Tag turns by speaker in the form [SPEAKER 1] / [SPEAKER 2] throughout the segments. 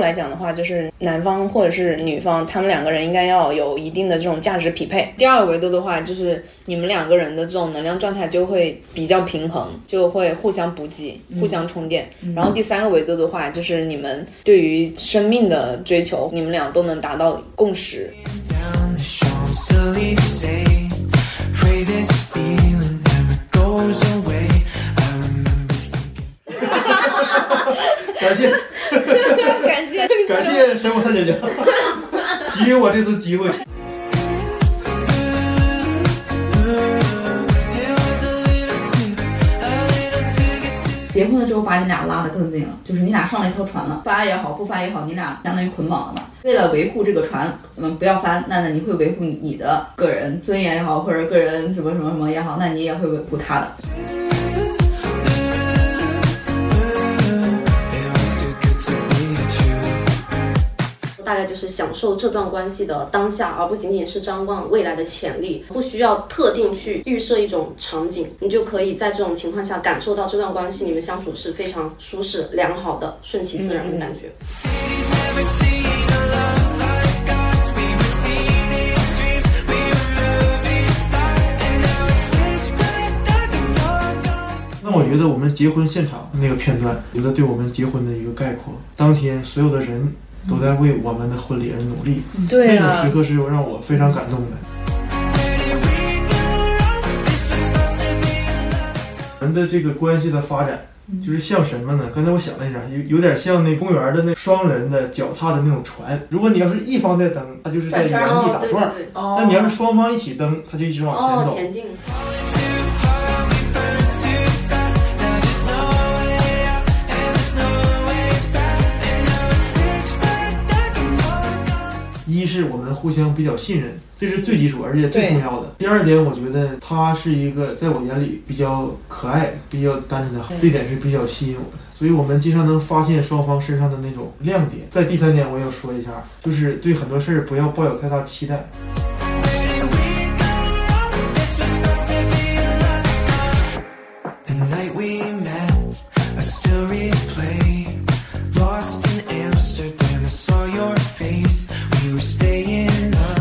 [SPEAKER 1] 来讲的话，就是男方或者是女方，他们两个人应该要有一定的这种价值匹配。第二个维度的话，就是你们两个人的这种能量状态就会比较平衡，就会互相补给、互相充电。然后第三个维度的话，就是你们对于生命的追求，你们俩都能达到共识。
[SPEAKER 2] down the Champs-Élysées. Pray this feeling never goes away. I remember
[SPEAKER 3] 感 谢
[SPEAKER 1] 感谢，
[SPEAKER 3] 感谢神武大姐姐， 给予我这次机会。
[SPEAKER 2] it was a little too, a little too good to
[SPEAKER 4] 结婚了之后把你俩拉得更近了，就是你俩上了一条船了，翻也好，不翻也好，你俩相当于捆绑了吧？为了维护这个船，嗯，不要翻，那那你会维护你的个人尊严也好，或者个人什么什么什么也好，那你也会维护他的。
[SPEAKER 2] It was too good to be true.
[SPEAKER 5] 大概就是享受这段关系的当下，而不仅仅是张望未来的潜力，不需要特定去预设一种场景，你就可以在这种情况下感受到这段关系你们相处是非常舒适、良好的、顺其自然的感觉。
[SPEAKER 3] 嗯
[SPEAKER 2] Never seen a love like ours. We were teenage dreams. We were movie stars. And now it's pitch black, dark and dark.
[SPEAKER 3] 那我觉得我们结婚现场那个片段，觉得对我们结婚的一个概括。当天所有的人都在为我们的婚礼而努力，
[SPEAKER 5] 嗯
[SPEAKER 1] 对
[SPEAKER 3] 那种时
[SPEAKER 1] 啊，
[SPEAKER 3] 刻是让我非常感动的。
[SPEAKER 2] Where did we go wrong? This was supposed to be a love.
[SPEAKER 3] 我们的这个关系的发展，
[SPEAKER 5] 嗯
[SPEAKER 3] 就是像什么呢？刚才我想了一下，有有点像那公园的那双人的脚踏的那种船。如果你要是一方在蹬，它就是嗯在原地
[SPEAKER 5] 哦，
[SPEAKER 3] 打
[SPEAKER 5] 对
[SPEAKER 3] 转儿；
[SPEAKER 5] 对对，
[SPEAKER 3] 但你要是双方一起蹬，它就一直往
[SPEAKER 5] 哦，
[SPEAKER 3] 前走。
[SPEAKER 5] 前进。
[SPEAKER 2] Too hard, we burned too fast. Now there's no way out, and there's no way back. And now it's pitch black, dark and dark.
[SPEAKER 3] 一是我们互相比较信任，这是最基础而且最重要的。第二点，我觉得他是一个在我眼里比较可爱、比较单纯的，这点是比较吸引我的。所以我们经常能发现双方身上的那种亮点。在第三点，我要说一下，就是对很多事儿不要抱有太大期待。
[SPEAKER 2] Where did we go wrong? This was supposed to be a love song. The night we met, I still replay. Lost in Amsterdam, I saw your face. We were staying up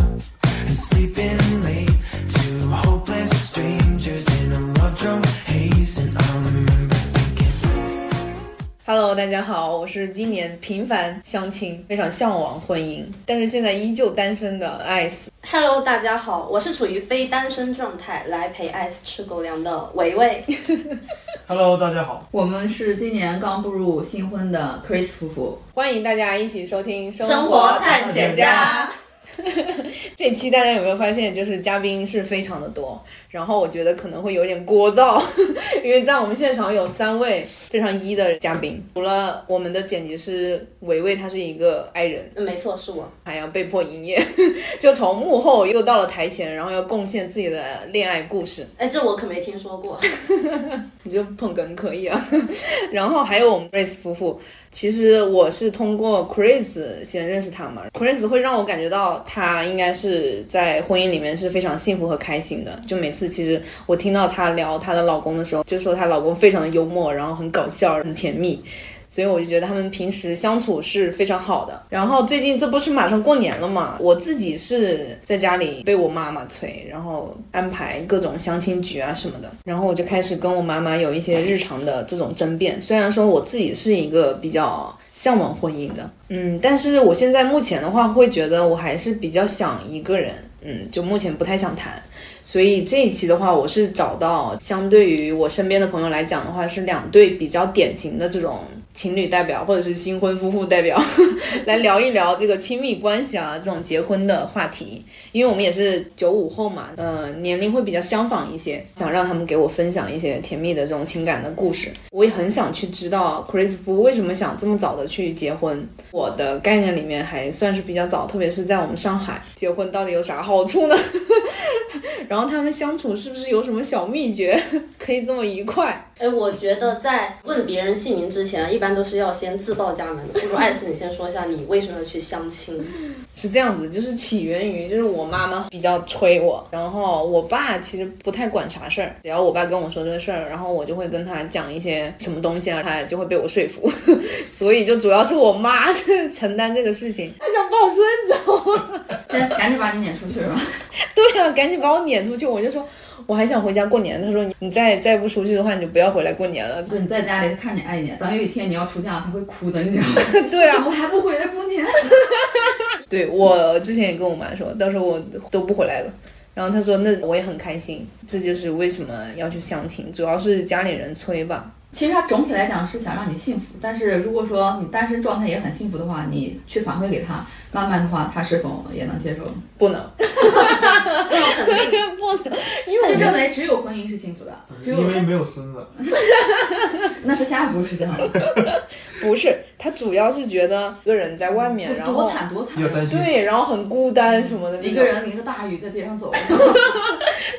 [SPEAKER 2] and sleeping late. Two hopeless strangers in a love drum haze, and I remember thinking.
[SPEAKER 1] Hello，大家好，我是今年频繁相亲、非常向往婚姻，但是现在依旧单身的 Ice。
[SPEAKER 5] Hello，大家好，我是处于非单身状态来陪艾斯吃狗粮的维维。
[SPEAKER 3] Hello，大家好，
[SPEAKER 4] 我们是今年刚步入新婚的 Chris 夫妇，
[SPEAKER 1] 欢迎大家一起收听《
[SPEAKER 5] 生活探险家。
[SPEAKER 1] 这期大家有没有发现，就是嘉宾是非常的多，然后我觉得可能会有点聒噪， 因为在我们现场有三位非常一的嘉宾，除了我们的剪辑师维维，他是一个 i 人，
[SPEAKER 5] 嗯没错，是我。
[SPEAKER 1] 还要被迫营业， 就从幕后又到了台前，然后要贡献自己的恋爱故事，
[SPEAKER 5] 哎，这我可没听说过。
[SPEAKER 1] 你就捧哏可以啊。 然后还有我们 Chris 夫妇，其实我是通过 Chris 先认识他嘛。Chris 会让我感觉到他应该是在婚姻里面是非常幸福和开心的。就每次其实我听到她聊她的老公的时候，就说她老公非常的幽默，然后很搞笑，很甜蜜。所以我就觉得他们平时相处是非常好的。然后最近这不是马上过年了嘛，我自己是在家里被我妈妈催，然后安排各种相亲局啊什么的。然后我就开始跟我妈妈有一些日常的这种争辩。虽然说我自己是一个比较向往婚姻的，嗯，但是我现在目前的话，会觉得我还是比较想一个人，嗯，就目前不太想谈。所以这一期的话，我是找到相对于我身边的朋友来讲的话，是两对比较典型的这种情侣代表或者是新婚夫妇代表， 来聊一聊这个亲密关系啊这种结婚的话题。因为我们也是九五后嘛，呃，年龄会比较相仿一些，想让他们给我分享一些甜蜜的这种情感的故事。我也很想去知道 Chris 夫为什么想这么早的去结婚。我的概念里面还算是比较早，特别是在我们上海，结婚到底有啥好处呢？然后他们相处是不是有什么小秘诀， 可以这么愉快？
[SPEAKER 5] 哎，我觉得在问别人姓名之前，一般都是要先自报家门的。不如艾斯，你先说一下你为什么要去相亲？
[SPEAKER 1] 是这样子，就是起源于就是我妈妈比较催我，然后我爸其实不太管啥事儿，只要我爸跟我说这事儿，然后我就会跟他讲一些什么东西啊，他就会被我说服， 所以就主要是我妈这承担这个事情，她想把我孙子，
[SPEAKER 4] 先赶紧把你撵出去是吧？
[SPEAKER 1] 对啊，赶紧把我撵出去，我就说。我还想回家过年，她说你你再再不出去的话，你就不要回来过年了。
[SPEAKER 4] 就你在家里，他看着你爱你，等有一天你要出嫁，他会哭的，你知道吗？
[SPEAKER 1] 对啊
[SPEAKER 4] 怎，么还不回来过年？
[SPEAKER 1] 对我之前也跟我妈说，到时候我都不回来了。然后她说：“那我也很开心，这就是为什么要去相亲，主要是家里人催吧。
[SPEAKER 4] 其实他总体来讲是想让你幸福，但是如果说你单身状态也很幸福的话，你去反馈给他，慢慢的话，他是否也能接受？
[SPEAKER 1] 不 能，
[SPEAKER 5] 那我肯定
[SPEAKER 1] 不能，因
[SPEAKER 4] 他
[SPEAKER 1] 为
[SPEAKER 4] 就
[SPEAKER 1] 我
[SPEAKER 4] 认为只有婚姻是幸福的，只有
[SPEAKER 3] 嗯因为没有孙子，
[SPEAKER 4] 那是下一步是这样的，
[SPEAKER 1] 不是他，主要是觉得一个人在外面，然
[SPEAKER 4] 多
[SPEAKER 1] 后
[SPEAKER 4] 惨多惨
[SPEAKER 3] 比，较担心。
[SPEAKER 1] 对，然后很孤单什么的，
[SPEAKER 4] 一个。人淋着大雨在街 上走。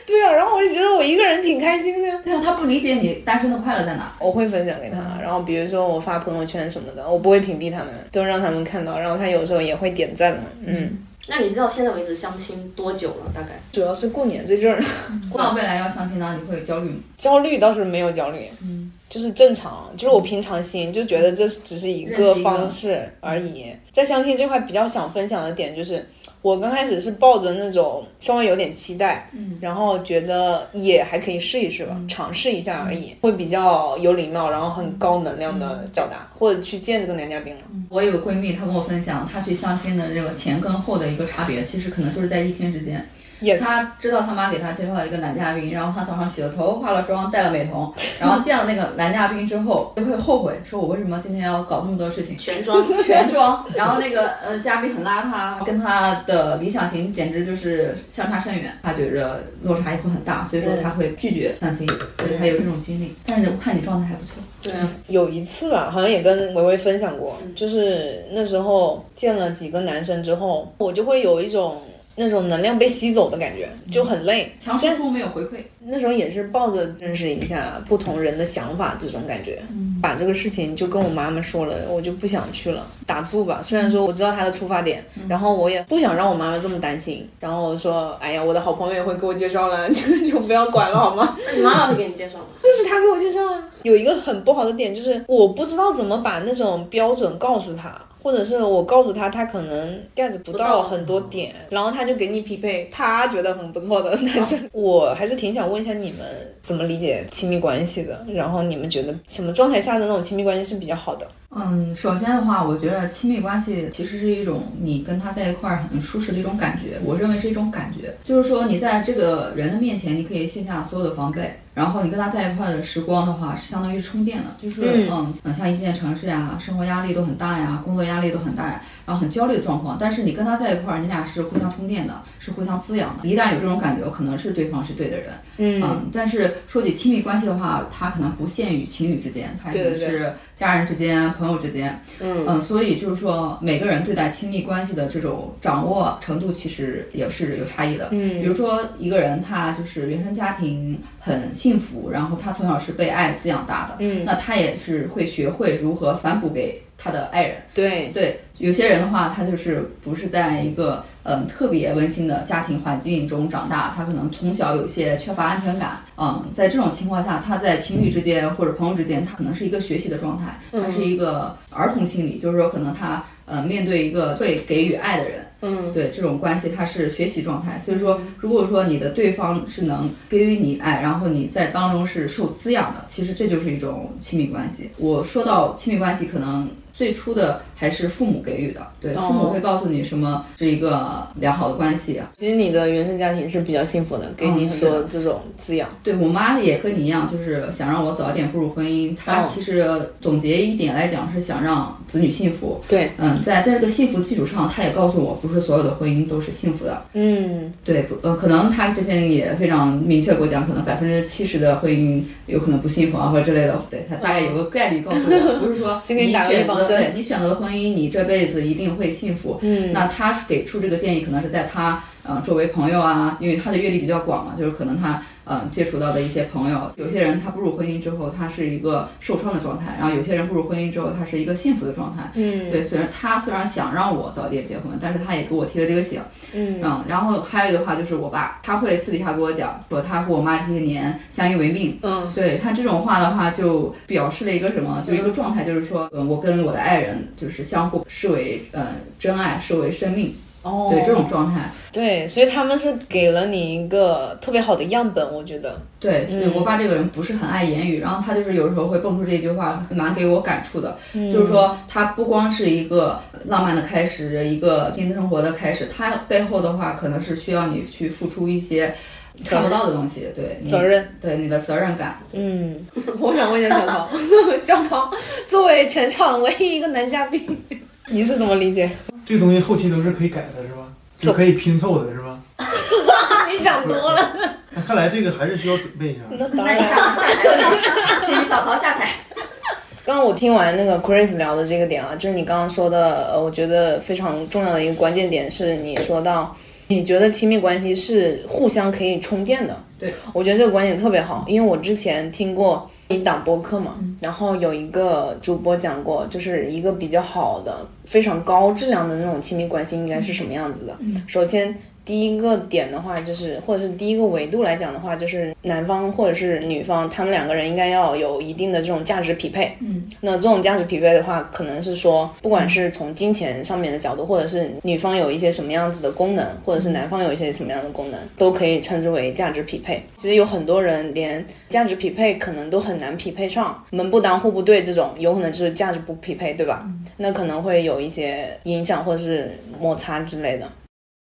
[SPEAKER 1] 对啊，然后我就觉得我一个人挺开心的。
[SPEAKER 4] 对啊，他不理解你单身的快乐在哪。
[SPEAKER 1] 我会分享给他，然后比如说我发朋友圈什么的，我不会屏蔽他们，都让他们看到，然后他有时候也会点赞的。嗯，
[SPEAKER 5] 那你到现在为止相亲多久了？大概
[SPEAKER 1] 主要是过年这阵儿。”
[SPEAKER 4] 那未来要相亲呢，你会有焦虑吗？
[SPEAKER 1] 焦虑倒是没有焦虑，
[SPEAKER 4] 嗯，
[SPEAKER 1] 就是正常，就是我平常心，就觉得这只是一个方式而已。在相亲这块比较想分享的点就是，我刚开始是抱着那种稍微有点期待，
[SPEAKER 4] 嗯，
[SPEAKER 1] 然后觉得也还可以试一试吧，尝试一下而已，会比较有礼貌，然后很高能量的表达，或者去见这个男嘉宾了。
[SPEAKER 4] 我有个闺蜜，她跟我分享，她去相亲的这个前跟后的一个差别，其实可能就是在一天时间。
[SPEAKER 1] Yes，
[SPEAKER 4] 她知道她妈给她介绍了一个男嘉宾，然后她早上洗了头、化了妆、戴了美瞳，然后见了那个男嘉宾之后，就会后悔，说我为什么今天要搞那么多事 情，
[SPEAKER 5] 全装
[SPEAKER 4] 全妆。然后那个呃嘉宾很邋遢，跟她的理想型简直就是相差甚远，她觉着落差也会很大，所以说她会拒绝相亲，对她有这种经历。但是我看你状态还不错，
[SPEAKER 5] 对啊，
[SPEAKER 1] 有一次吧，好像也跟维维分享过，就是那时候见了几个男生之后，我就会有一种那种能量被吸走的感觉，就很累。
[SPEAKER 4] 强输出没有回馈。
[SPEAKER 1] 那时候也是抱着认识一下不同人的想法这种感觉，把这个事情就跟我妈妈说了，我就不想去了，打住吧。虽然说我知道她的出发点，然后我也不想让我妈妈这么担心，然后我说，哎呀，我的好朋友也会给我介绍了， 就就不要管了好吗？
[SPEAKER 5] 那你妈妈会给你介绍吗？
[SPEAKER 1] 就是他给我介绍啊。有一个很不好的点就是，我不知道怎么把那种标准告诉他，或者是我告诉他，他可能 get 不到很多点，然后他就给你匹配他觉得很不错的男生。我还是挺想问一下你们怎么理解亲密关系的，然后你们觉得什么状态下的那种亲密关系是比较好的？
[SPEAKER 4] 嗯，首先的话，我觉得亲密关系其实是一种你跟他在一块儿很舒适的一种感觉，我认为是一种感觉，就是说你在这个人的面前，你可以卸下所有的防备，然后你跟他在一块儿的时光的话，是相当于是充电的，就是
[SPEAKER 1] 嗯
[SPEAKER 4] 嗯嗯，像一线城市呀，生活压力都很大呀，工作压力都很大呀，然后很焦虑的状况，但是你跟他在一块儿，你俩是互相充电的，是互相滋养的，一旦有这种感觉，可能是对方是对的人，嗯，但是说起亲密关系的话，它可能不限于情侣之间，它
[SPEAKER 1] 对
[SPEAKER 4] 也
[SPEAKER 1] 对对
[SPEAKER 4] 是家人之间、朋友之间。
[SPEAKER 1] 嗯
[SPEAKER 4] 嗯，所以就是说，每个人对待亲密关系的这种掌握程度，其实也是有差异的。
[SPEAKER 1] 嗯
[SPEAKER 4] 比如说一个人他就是原生家庭很幸福，然后他从小是被爱滋养大的，
[SPEAKER 1] 嗯
[SPEAKER 4] 那他也是会学会如何反哺给他的爱人。
[SPEAKER 1] 对，
[SPEAKER 4] 对，有些人的话，他就是不是在一个嗯特别温馨的家庭环境中长大，他可能从小有一些缺乏安全感。嗯，在这种情况下，他在情侣之间或者朋友之间，他可能是一个学习的状态，他是一个儿童心理，就是说可能他呃面对一个会给予爱的人，
[SPEAKER 1] 嗯
[SPEAKER 4] 对这种关系，它是学习状态。所以说，如果说你的对方是能给予你爱，然后你在当中是受滋养的，其实这就是一种亲密关系。我说到亲密关系，可能。最初的还是父母给予的，对，
[SPEAKER 1] 哦
[SPEAKER 4] 父母会告诉你什么是一个良好的关系。啊
[SPEAKER 1] 其实你的原生家庭是比较幸福的，给你很多这种滋养。
[SPEAKER 4] 对我妈也和你一样，就是想让我早一点步入婚姻。她
[SPEAKER 1] 哦
[SPEAKER 4] 其实总结一点来讲，是想让子女幸福。
[SPEAKER 1] 对，
[SPEAKER 4] 嗯，在在这个幸福基础上，她也告诉我，不是所有的婚姻都是幸福的。
[SPEAKER 1] 嗯，
[SPEAKER 4] 对，不，呃，可能他之前也非常明确给我讲，可能百分之七十的婚姻有可能不幸福啊，或者之类的。对他大概有个概率告诉我，不是说
[SPEAKER 1] 先给你打个预
[SPEAKER 4] 选
[SPEAKER 1] 防
[SPEAKER 4] 择
[SPEAKER 1] 针
[SPEAKER 4] 对你选择的婚姻，你这辈子一定会幸福。
[SPEAKER 1] 嗯
[SPEAKER 4] 那他给出这个建议，可能是在他呃周围朋友啊，因为他的阅历比较广嘛，就是可能他嗯接触到的一些朋友，有些人他步入婚姻之后，他是一个受创的状态，然后有些人步入婚姻之后，他是一个幸福的状态。
[SPEAKER 1] 嗯
[SPEAKER 4] 对，虽然他虽然想让我早点结婚，但是他也给我提了这个醒。
[SPEAKER 1] 嗯
[SPEAKER 4] 嗯，然后还有一个话就是我爸，他会私底下跟我讲，说他和我妈这些年相依为命。
[SPEAKER 1] 嗯
[SPEAKER 4] 对他这种话的话，就表示了一个什么，就一个状态，就是说，嗯，我跟我的爱人就是相互视为，呃，真爱，视为生命，
[SPEAKER 1] 哦
[SPEAKER 4] 对这种状态。
[SPEAKER 1] 对，所以他们是给了你一个特别好的样本，我觉得。
[SPEAKER 4] 对，所以
[SPEAKER 1] 嗯
[SPEAKER 4] 我爸这个人不是很爱言语，然后他就是有时候会蹦出这句话，蛮给我感触的。
[SPEAKER 1] 嗯
[SPEAKER 4] 就是说，他不光是一个浪漫的开始，一个新生活的开始，他背后的话可能是需要你去付出一些看不到的东西，对你
[SPEAKER 1] 责任，
[SPEAKER 4] 对你的责任感。
[SPEAKER 1] 嗯， 我想问一下小 桃，小桃作为全场唯一一个男嘉宾，你是怎么理解？
[SPEAKER 3] 这个东西后期都是可以改的，是吧？是可以拼凑的，是吧？
[SPEAKER 1] 你想多了，
[SPEAKER 3] 那看来这个还是需要准备一下。
[SPEAKER 1] 那当
[SPEAKER 4] 那你
[SPEAKER 1] 然。
[SPEAKER 4] 下下 台，请小桃下台。
[SPEAKER 1] 刚刚我听完那个 Chris 聊的这个点啊，就是你刚刚说的，呃，我觉得非常重要的一个关键点是你说到，你觉得亲密关系是互相可以充电的。
[SPEAKER 4] 对，
[SPEAKER 1] 我觉得这个观点特别好，因为我之前听过一档播客嘛，然后有一个主播讲过，就是一个比较好的、非常高质量的那种亲密关系应该是什么样子的。首先。第一个点的话，就是或者是第一个维度来讲的话，就是男方或者是女方，他们两个人应该要有一定的这种价值匹配。
[SPEAKER 4] 嗯
[SPEAKER 1] 那这种价值匹配的话，可能是说，不管是从金钱上面的角度，或者是女方有一些什么样子的功能，或者是男方有一些什么样的功能，都可以称之为价值匹配。其实有很多人连价值匹配可能都很难匹配上，门不当户不对这种，有可能就是价值不匹配，对吧？那可能会有一些影响或者是摩擦之类的。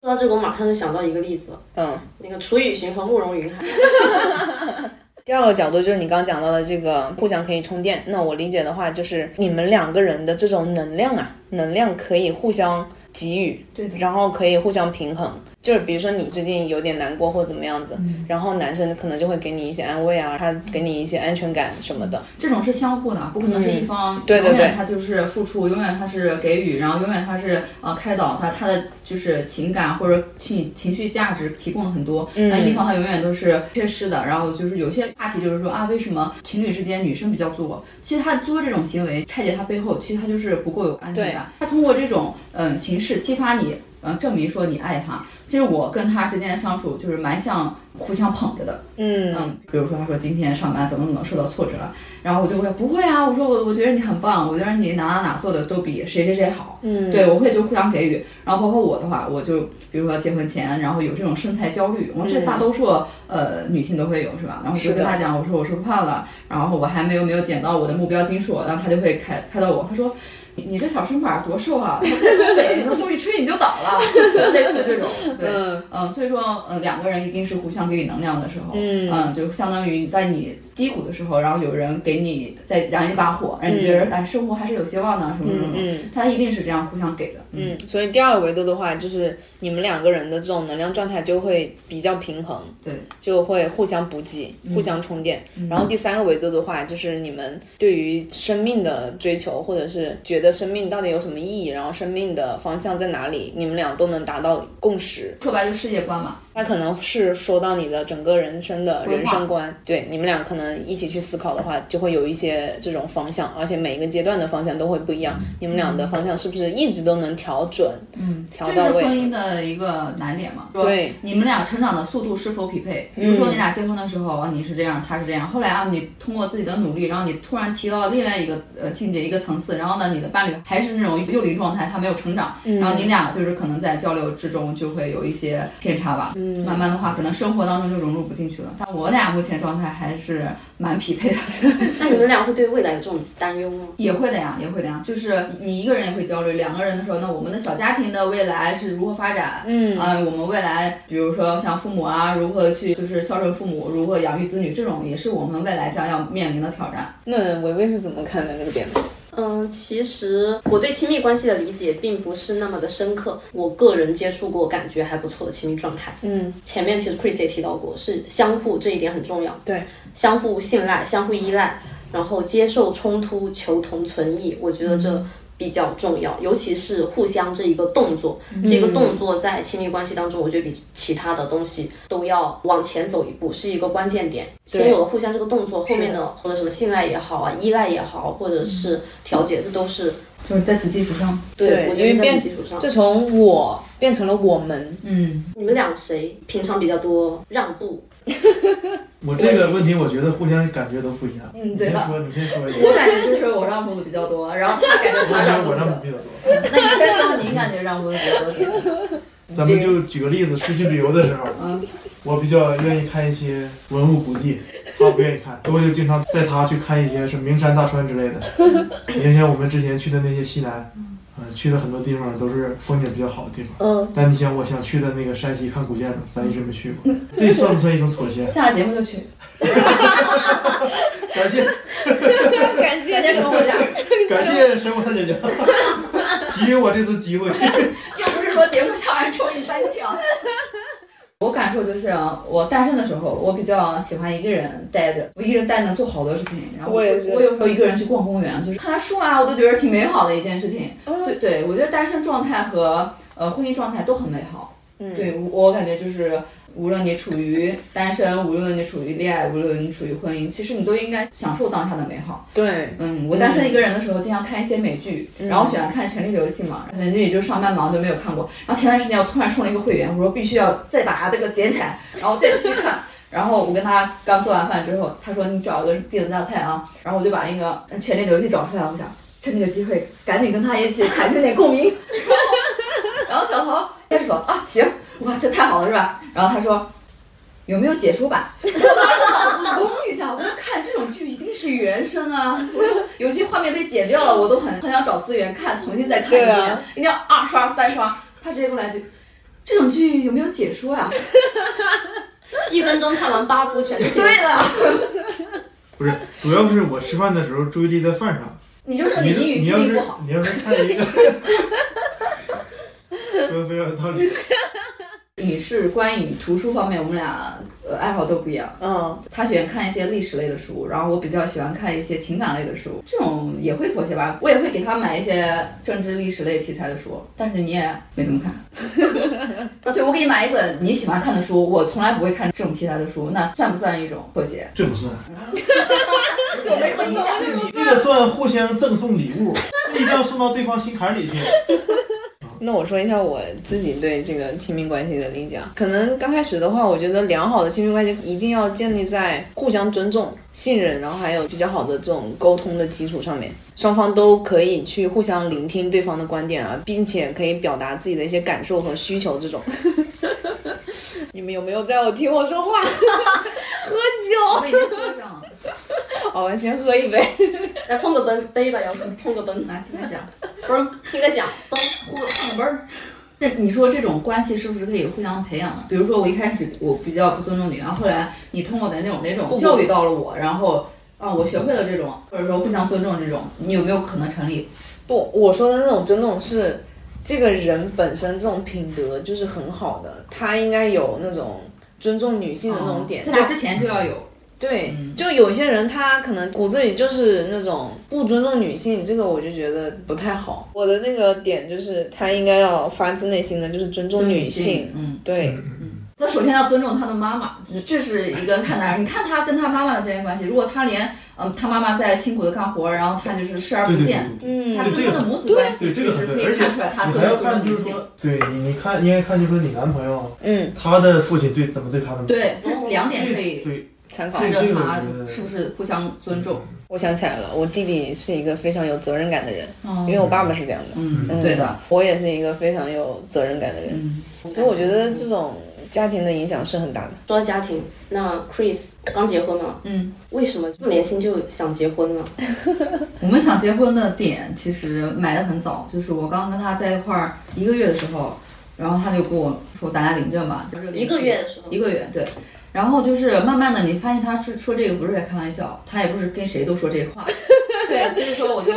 [SPEAKER 5] 说到这个，我马上就想到一个例子，
[SPEAKER 1] 嗯，
[SPEAKER 5] 那个楚雨荨和慕容云海。
[SPEAKER 1] 第二个角度就是你刚刚讲到的这个互相可以充电。那我理解的话，就是你们两个人的这种能量啊，能量可以互相给予，
[SPEAKER 4] 对的
[SPEAKER 1] 然后可以互相平衡。就是比如说你最近有点难过或怎么样子，
[SPEAKER 4] 嗯
[SPEAKER 1] 然后男生可能就会给你一些安慰啊，他给你一些安全感什么的。
[SPEAKER 4] 这种是相互的，不可能是一方、
[SPEAKER 1] 对对
[SPEAKER 4] 永远
[SPEAKER 1] 对
[SPEAKER 4] 他就是付出，永远他是给予，然后永远他是呃开导他，他的就是情感或者情情绪价值提供了很多，
[SPEAKER 1] 嗯
[SPEAKER 4] 那一方他永远都是缺失的。然后就是有些话题就是说啊，为什么情侣之间女生比较作？其实他做这种行为，拆解他背后，其实他就是不够有安全感。他通过这种嗯、呃形式激发你，嗯、证明说你爱他。其实我跟他之间的相处就是蛮像互相捧着的，
[SPEAKER 1] 嗯
[SPEAKER 4] 嗯，比如说他说今天上班怎么怎么受到挫折了，然后我就会不会啊，我说我我觉得你很棒，我觉得你哪哪哪做的都比谁谁谁好，
[SPEAKER 1] 嗯
[SPEAKER 4] 对我会就互相给予，然后包括我的话，我就比如说结婚前，然后有这种身材焦虑，我这
[SPEAKER 1] 嗯
[SPEAKER 4] 大多数、呃女性都会有是吧？然后我
[SPEAKER 1] 是
[SPEAKER 4] 就跟
[SPEAKER 1] 的
[SPEAKER 4] 他讲，我说我瘦胖了，然后我还没有没有减到我的目标斤数，然后他就会开开导我，他说。你你这小身板儿多瘦啊！我在东北，你说风一吹你就倒了， 类似这种，对，
[SPEAKER 1] 嗯
[SPEAKER 4] 嗯，所以说，嗯，两个人一定是互相给予能量的时候，
[SPEAKER 1] 嗯
[SPEAKER 4] 就相当于在你低谷的时候，然后有人给你再燃一把火，让你觉得、哎，生活还是有希望的，什么什么
[SPEAKER 1] 嗯，
[SPEAKER 4] 什么，
[SPEAKER 1] 嗯
[SPEAKER 4] 他一定是这样互相给的，嗯
[SPEAKER 1] 嗯。所以第二个维度的话，就是你们两个人的这种能量状态就会比较平衡。
[SPEAKER 4] 对，嗯
[SPEAKER 1] 就会互相补给、互相充电。然后第三个维度的话，就是你们对于生命的追求，或者是觉得生命到底有什么意义，然后生命的方向在哪里，你们俩都能达到共识。
[SPEAKER 4] 说白了就是世界观嘛，
[SPEAKER 1] 那可能是说到你的整个人生的
[SPEAKER 4] 规划
[SPEAKER 1] 人生观，对你们俩可能一起去思考的话，就会有一些这种方向，而且每一个阶段的方向都会不一样。你们俩的方向是不是一直都能调准？
[SPEAKER 4] 嗯，
[SPEAKER 1] 调
[SPEAKER 4] 这
[SPEAKER 1] 到
[SPEAKER 4] 是
[SPEAKER 1] 位
[SPEAKER 4] 婚姻的一个难点嘛，说
[SPEAKER 1] 对嗯
[SPEAKER 4] 你们俩成长的速度是否匹配？比如说你俩结婚的时候，啊你是这样，他是这样，后来啊，你通过自己的努力，然后你突然提到了另外一个呃境界、一个层次，然后呢，你的伴侣还是那种幼龄状态，他没有成长，
[SPEAKER 1] 嗯
[SPEAKER 4] 然后你俩就是可能在交流之中就会有一些偏差
[SPEAKER 1] 嗯
[SPEAKER 4] 吧，慢慢的话，可能生活当中就融入不进去了。但我俩目前状态还是蛮匹配的。
[SPEAKER 5] 那你们俩会对未来有这种担忧吗？
[SPEAKER 4] 也会的呀，也会的呀，就是你一个人也会焦虑，两个人的时候，那我们的小家庭的未来是如何发展？嗯，啊、我们未来比如说像父母啊，如何去就是孝顺父母，如何养育子女，这种也是我们未来将要面临的挑战。
[SPEAKER 1] 那维维是怎么看的那个点呢？
[SPEAKER 5] 嗯，其实我对亲密关系的理解并不是那么的深刻。我个人接触过感觉还不错的亲密状态。
[SPEAKER 1] 嗯，
[SPEAKER 5] 前面其实 Chris 也提到过，是相互这一点很重要，
[SPEAKER 1] 对，
[SPEAKER 5] 相
[SPEAKER 1] 嗯
[SPEAKER 5] 互信赖、相互依赖，然后接受冲突、求同存异。我觉得这比较重要，尤其是互相这一个动作，
[SPEAKER 1] 嗯
[SPEAKER 5] 这个动作在亲密关系当中，我觉得比其他的东西都要往前走一步，是一个关键点。
[SPEAKER 1] 对
[SPEAKER 5] 先有了互相这个动作，后
[SPEAKER 1] 是
[SPEAKER 5] 面
[SPEAKER 1] 的
[SPEAKER 5] 的或者什么信赖也好啊，依赖也好，或者是调节，这都是
[SPEAKER 4] 就是在此基础上，
[SPEAKER 1] 对
[SPEAKER 5] 对。我觉
[SPEAKER 1] 因为
[SPEAKER 5] 得在
[SPEAKER 1] 变
[SPEAKER 5] 这基础上，
[SPEAKER 1] 就从我变成了我们，
[SPEAKER 4] 嗯，
[SPEAKER 5] 你们俩谁平常比较多让步？
[SPEAKER 3] 我这个问题，我觉得互相感觉都不一样。
[SPEAKER 4] 嗯
[SPEAKER 3] 你
[SPEAKER 4] 对
[SPEAKER 3] 先
[SPEAKER 4] 了
[SPEAKER 3] 说，你先说一
[SPEAKER 4] 我
[SPEAKER 3] 下。
[SPEAKER 4] 感觉就是我让步的比较多，然后他感觉
[SPEAKER 3] 我
[SPEAKER 4] 他
[SPEAKER 3] 感
[SPEAKER 4] 让
[SPEAKER 3] 觉
[SPEAKER 4] 步
[SPEAKER 3] 我
[SPEAKER 4] 的
[SPEAKER 3] 让
[SPEAKER 4] 比
[SPEAKER 3] 步
[SPEAKER 4] 较多。
[SPEAKER 3] 比较多。
[SPEAKER 4] 那你先说你感觉让步的比较多点。
[SPEAKER 3] 咱们就举个例子，出去旅游的时候，
[SPEAKER 4] 嗯
[SPEAKER 3] 我比较愿意看一些文物古迹，他不愿意看，所以我就经常带他去看一些什么名山大川之类 的。你像我们之前去的那些西南，嗯、去的很多地方都是风景比较好的地方。
[SPEAKER 5] 嗯，
[SPEAKER 3] 但你想，我想去的那个山西看古建筑，咱一直没去过，
[SPEAKER 4] 嗯
[SPEAKER 3] 这算不算一种妥协？
[SPEAKER 4] 下了节目就去，
[SPEAKER 3] 感谢
[SPEAKER 1] 感谢
[SPEAKER 4] 感谢生活家，
[SPEAKER 3] 感谢神武大 姐姐，给予我这次机会。
[SPEAKER 4] 又不是说节目下完抽你三枪。 我感受就是啊，我单身的时候，我比较喜欢一个人待着，我一个人待能做好多事情。然后
[SPEAKER 1] 我也是
[SPEAKER 4] 我有时候一个人去逛公园，就是看看树啊，我都觉得挺美好的一件事情。所以，对我觉得单身状态和呃婚姻状态都很美好。
[SPEAKER 1] 嗯，
[SPEAKER 4] 对我感觉就是，无论你处于单身，无论你处于恋爱，无论你处于婚姻，其实你都应该享受当下的美好。
[SPEAKER 1] 对，
[SPEAKER 4] 嗯，我单身一个人的时候，经常看一些美剧，然后喜欢看《权力的游戏》嘛，《权力》就上半忙就没有看过。然后前段时间我突然充了一个会员，我说必须要再把这个捡起来，然后再继续看。然后我跟他刚做完饭之后，他说你找一个地道大菜啊，然后我就把那个《权力的游戏》找出来了，我想趁这个机会赶紧跟他一起产生点共鸣。然后小桃开始说啊行，哇这太好了是吧？然后他说有没有解说版？ 我当时脑子嗡一下，我说看这种剧一定是原声啊，我说有些画面被剪掉了，我都很很想找资源看，重新再看一
[SPEAKER 1] 对
[SPEAKER 4] 遍，
[SPEAKER 1] 啊
[SPEAKER 4] 一定要二刷三刷。他直接过来一句。这种剧有没有解说呀、
[SPEAKER 5] 一分钟看完八部 全是
[SPEAKER 4] 对了，
[SPEAKER 3] 不是，主要是我吃饭的时候注意力在饭上。
[SPEAKER 4] 你就说
[SPEAKER 3] 你
[SPEAKER 4] 你英语
[SPEAKER 3] 你
[SPEAKER 4] 听
[SPEAKER 3] 要
[SPEAKER 4] 力
[SPEAKER 3] 是
[SPEAKER 4] 不好，
[SPEAKER 3] 你要是看一个，说的非常有道理。
[SPEAKER 4] 影视、观影、图书方面，我们俩呃爱好都不一样。
[SPEAKER 1] 嗯，
[SPEAKER 4] 他喜欢看一些历史类的书，然后我比较喜欢看一些情感类的书，这种也会妥协吧。我也会给他买一些政治历史类题材的书，但是你也没怎么看。 啊，对，我给你买一本你喜欢看的书，我从来不会看这种题材的书，那算不算一种妥协？
[SPEAKER 3] 这不算，
[SPEAKER 4] 啊对我没什么影响。
[SPEAKER 3] 你这个算互相赠送礼物，
[SPEAKER 4] 嗯
[SPEAKER 3] 力量送到对方心坎里去。
[SPEAKER 1] 那我说一下我自己对这个亲密关系的理解啊。可能刚开始的话，我觉得良好的亲密关系一定要建立在互相尊重、信任，然后还有比较好的这种沟通的基础上面，双方都可以去互相聆听对方的观点啊，并且可以表达自己的一些感受和需求这种。 你们有没有在我听我说话？喝
[SPEAKER 4] 我已经喝上了，
[SPEAKER 1] 酒，好吧，先喝一杯。
[SPEAKER 5] 来碰个奔杯吧，要不碰个奔，
[SPEAKER 4] 来听一下，
[SPEAKER 5] 嘣，嗯听个响，嘣，
[SPEAKER 4] 呼上个奔儿。那你说这种关系是不是可以互相培养呢？比如说我一开始我比较不尊重你，然后后来你通过的那种那种
[SPEAKER 1] 不
[SPEAKER 4] 教育到了我，然后啊我学会了这种，或者说互相尊重这种，你有没有可能成立？
[SPEAKER 1] 不，我说的那种尊重是这个人本身这种品德就是很好的，他应该有那种尊重女性的那
[SPEAKER 3] 嗯
[SPEAKER 1] 种点。
[SPEAKER 4] 在
[SPEAKER 1] 就
[SPEAKER 4] 他之前就要有。
[SPEAKER 1] 对，
[SPEAKER 4] 嗯
[SPEAKER 1] 就有些人他可能骨子里就是那种不尊重女性，这个我就觉得不太好。我的那个点就是他应该要发自内心的就是尊重女性。，
[SPEAKER 4] 嗯，
[SPEAKER 1] 对，
[SPEAKER 4] 那首先要尊重他的妈妈，这这是一个看男人。你看他跟他妈妈的之间关系，如果他连嗯他妈妈在辛苦的干活，然后他就是视而
[SPEAKER 3] 对
[SPEAKER 4] 不
[SPEAKER 3] 对对
[SPEAKER 4] 见，
[SPEAKER 3] 对
[SPEAKER 1] 嗯
[SPEAKER 4] 他跟
[SPEAKER 3] 对这
[SPEAKER 4] 他
[SPEAKER 3] 个
[SPEAKER 4] 的母子关系
[SPEAKER 3] 对，
[SPEAKER 4] 其
[SPEAKER 3] 这个
[SPEAKER 4] 实
[SPEAKER 3] 很
[SPEAKER 4] 可
[SPEAKER 3] 对，
[SPEAKER 4] 以
[SPEAKER 3] 而且
[SPEAKER 4] 看出来他
[SPEAKER 3] 你
[SPEAKER 4] 尊
[SPEAKER 3] 还要
[SPEAKER 4] 重
[SPEAKER 3] 看，就
[SPEAKER 4] 女
[SPEAKER 3] 是
[SPEAKER 4] 性。
[SPEAKER 3] 说，对你，你看应该看，就是说你男朋友
[SPEAKER 1] 嗯，
[SPEAKER 3] 他的父亲对怎么对他的母亲，
[SPEAKER 4] 对，这是两点可以
[SPEAKER 3] 对，
[SPEAKER 1] 参考
[SPEAKER 4] 看。着
[SPEAKER 3] 这个
[SPEAKER 4] 他
[SPEAKER 3] 我觉得
[SPEAKER 4] 是不是互相尊重。
[SPEAKER 1] 我想起来了，我弟弟是一个非常有责任感的人，
[SPEAKER 4] 嗯
[SPEAKER 1] 因
[SPEAKER 5] 哦
[SPEAKER 1] 为我爸爸是这样的。
[SPEAKER 4] 嗯，
[SPEAKER 1] 嗯
[SPEAKER 4] 对的，，
[SPEAKER 1] 我也是一个非常有责任感的人。
[SPEAKER 4] 嗯，
[SPEAKER 1] 所以我觉得这种家庭的影响是很大的。
[SPEAKER 5] 说到家庭，那 Chris 刚结婚嘛，
[SPEAKER 4] 嗯，
[SPEAKER 5] 为什么这么年轻就想结婚了？
[SPEAKER 4] 我们想结婚的点其实埋的很早，就是我刚跟他在一块儿一个月的时候，然后他就跟我说咱俩领证吧，就是
[SPEAKER 5] 一个月的时候
[SPEAKER 4] 一，个月对。然后就是慢慢的，你发现他说说这个不是在开玩笑，他也不是跟谁都说这话，对，所以说我就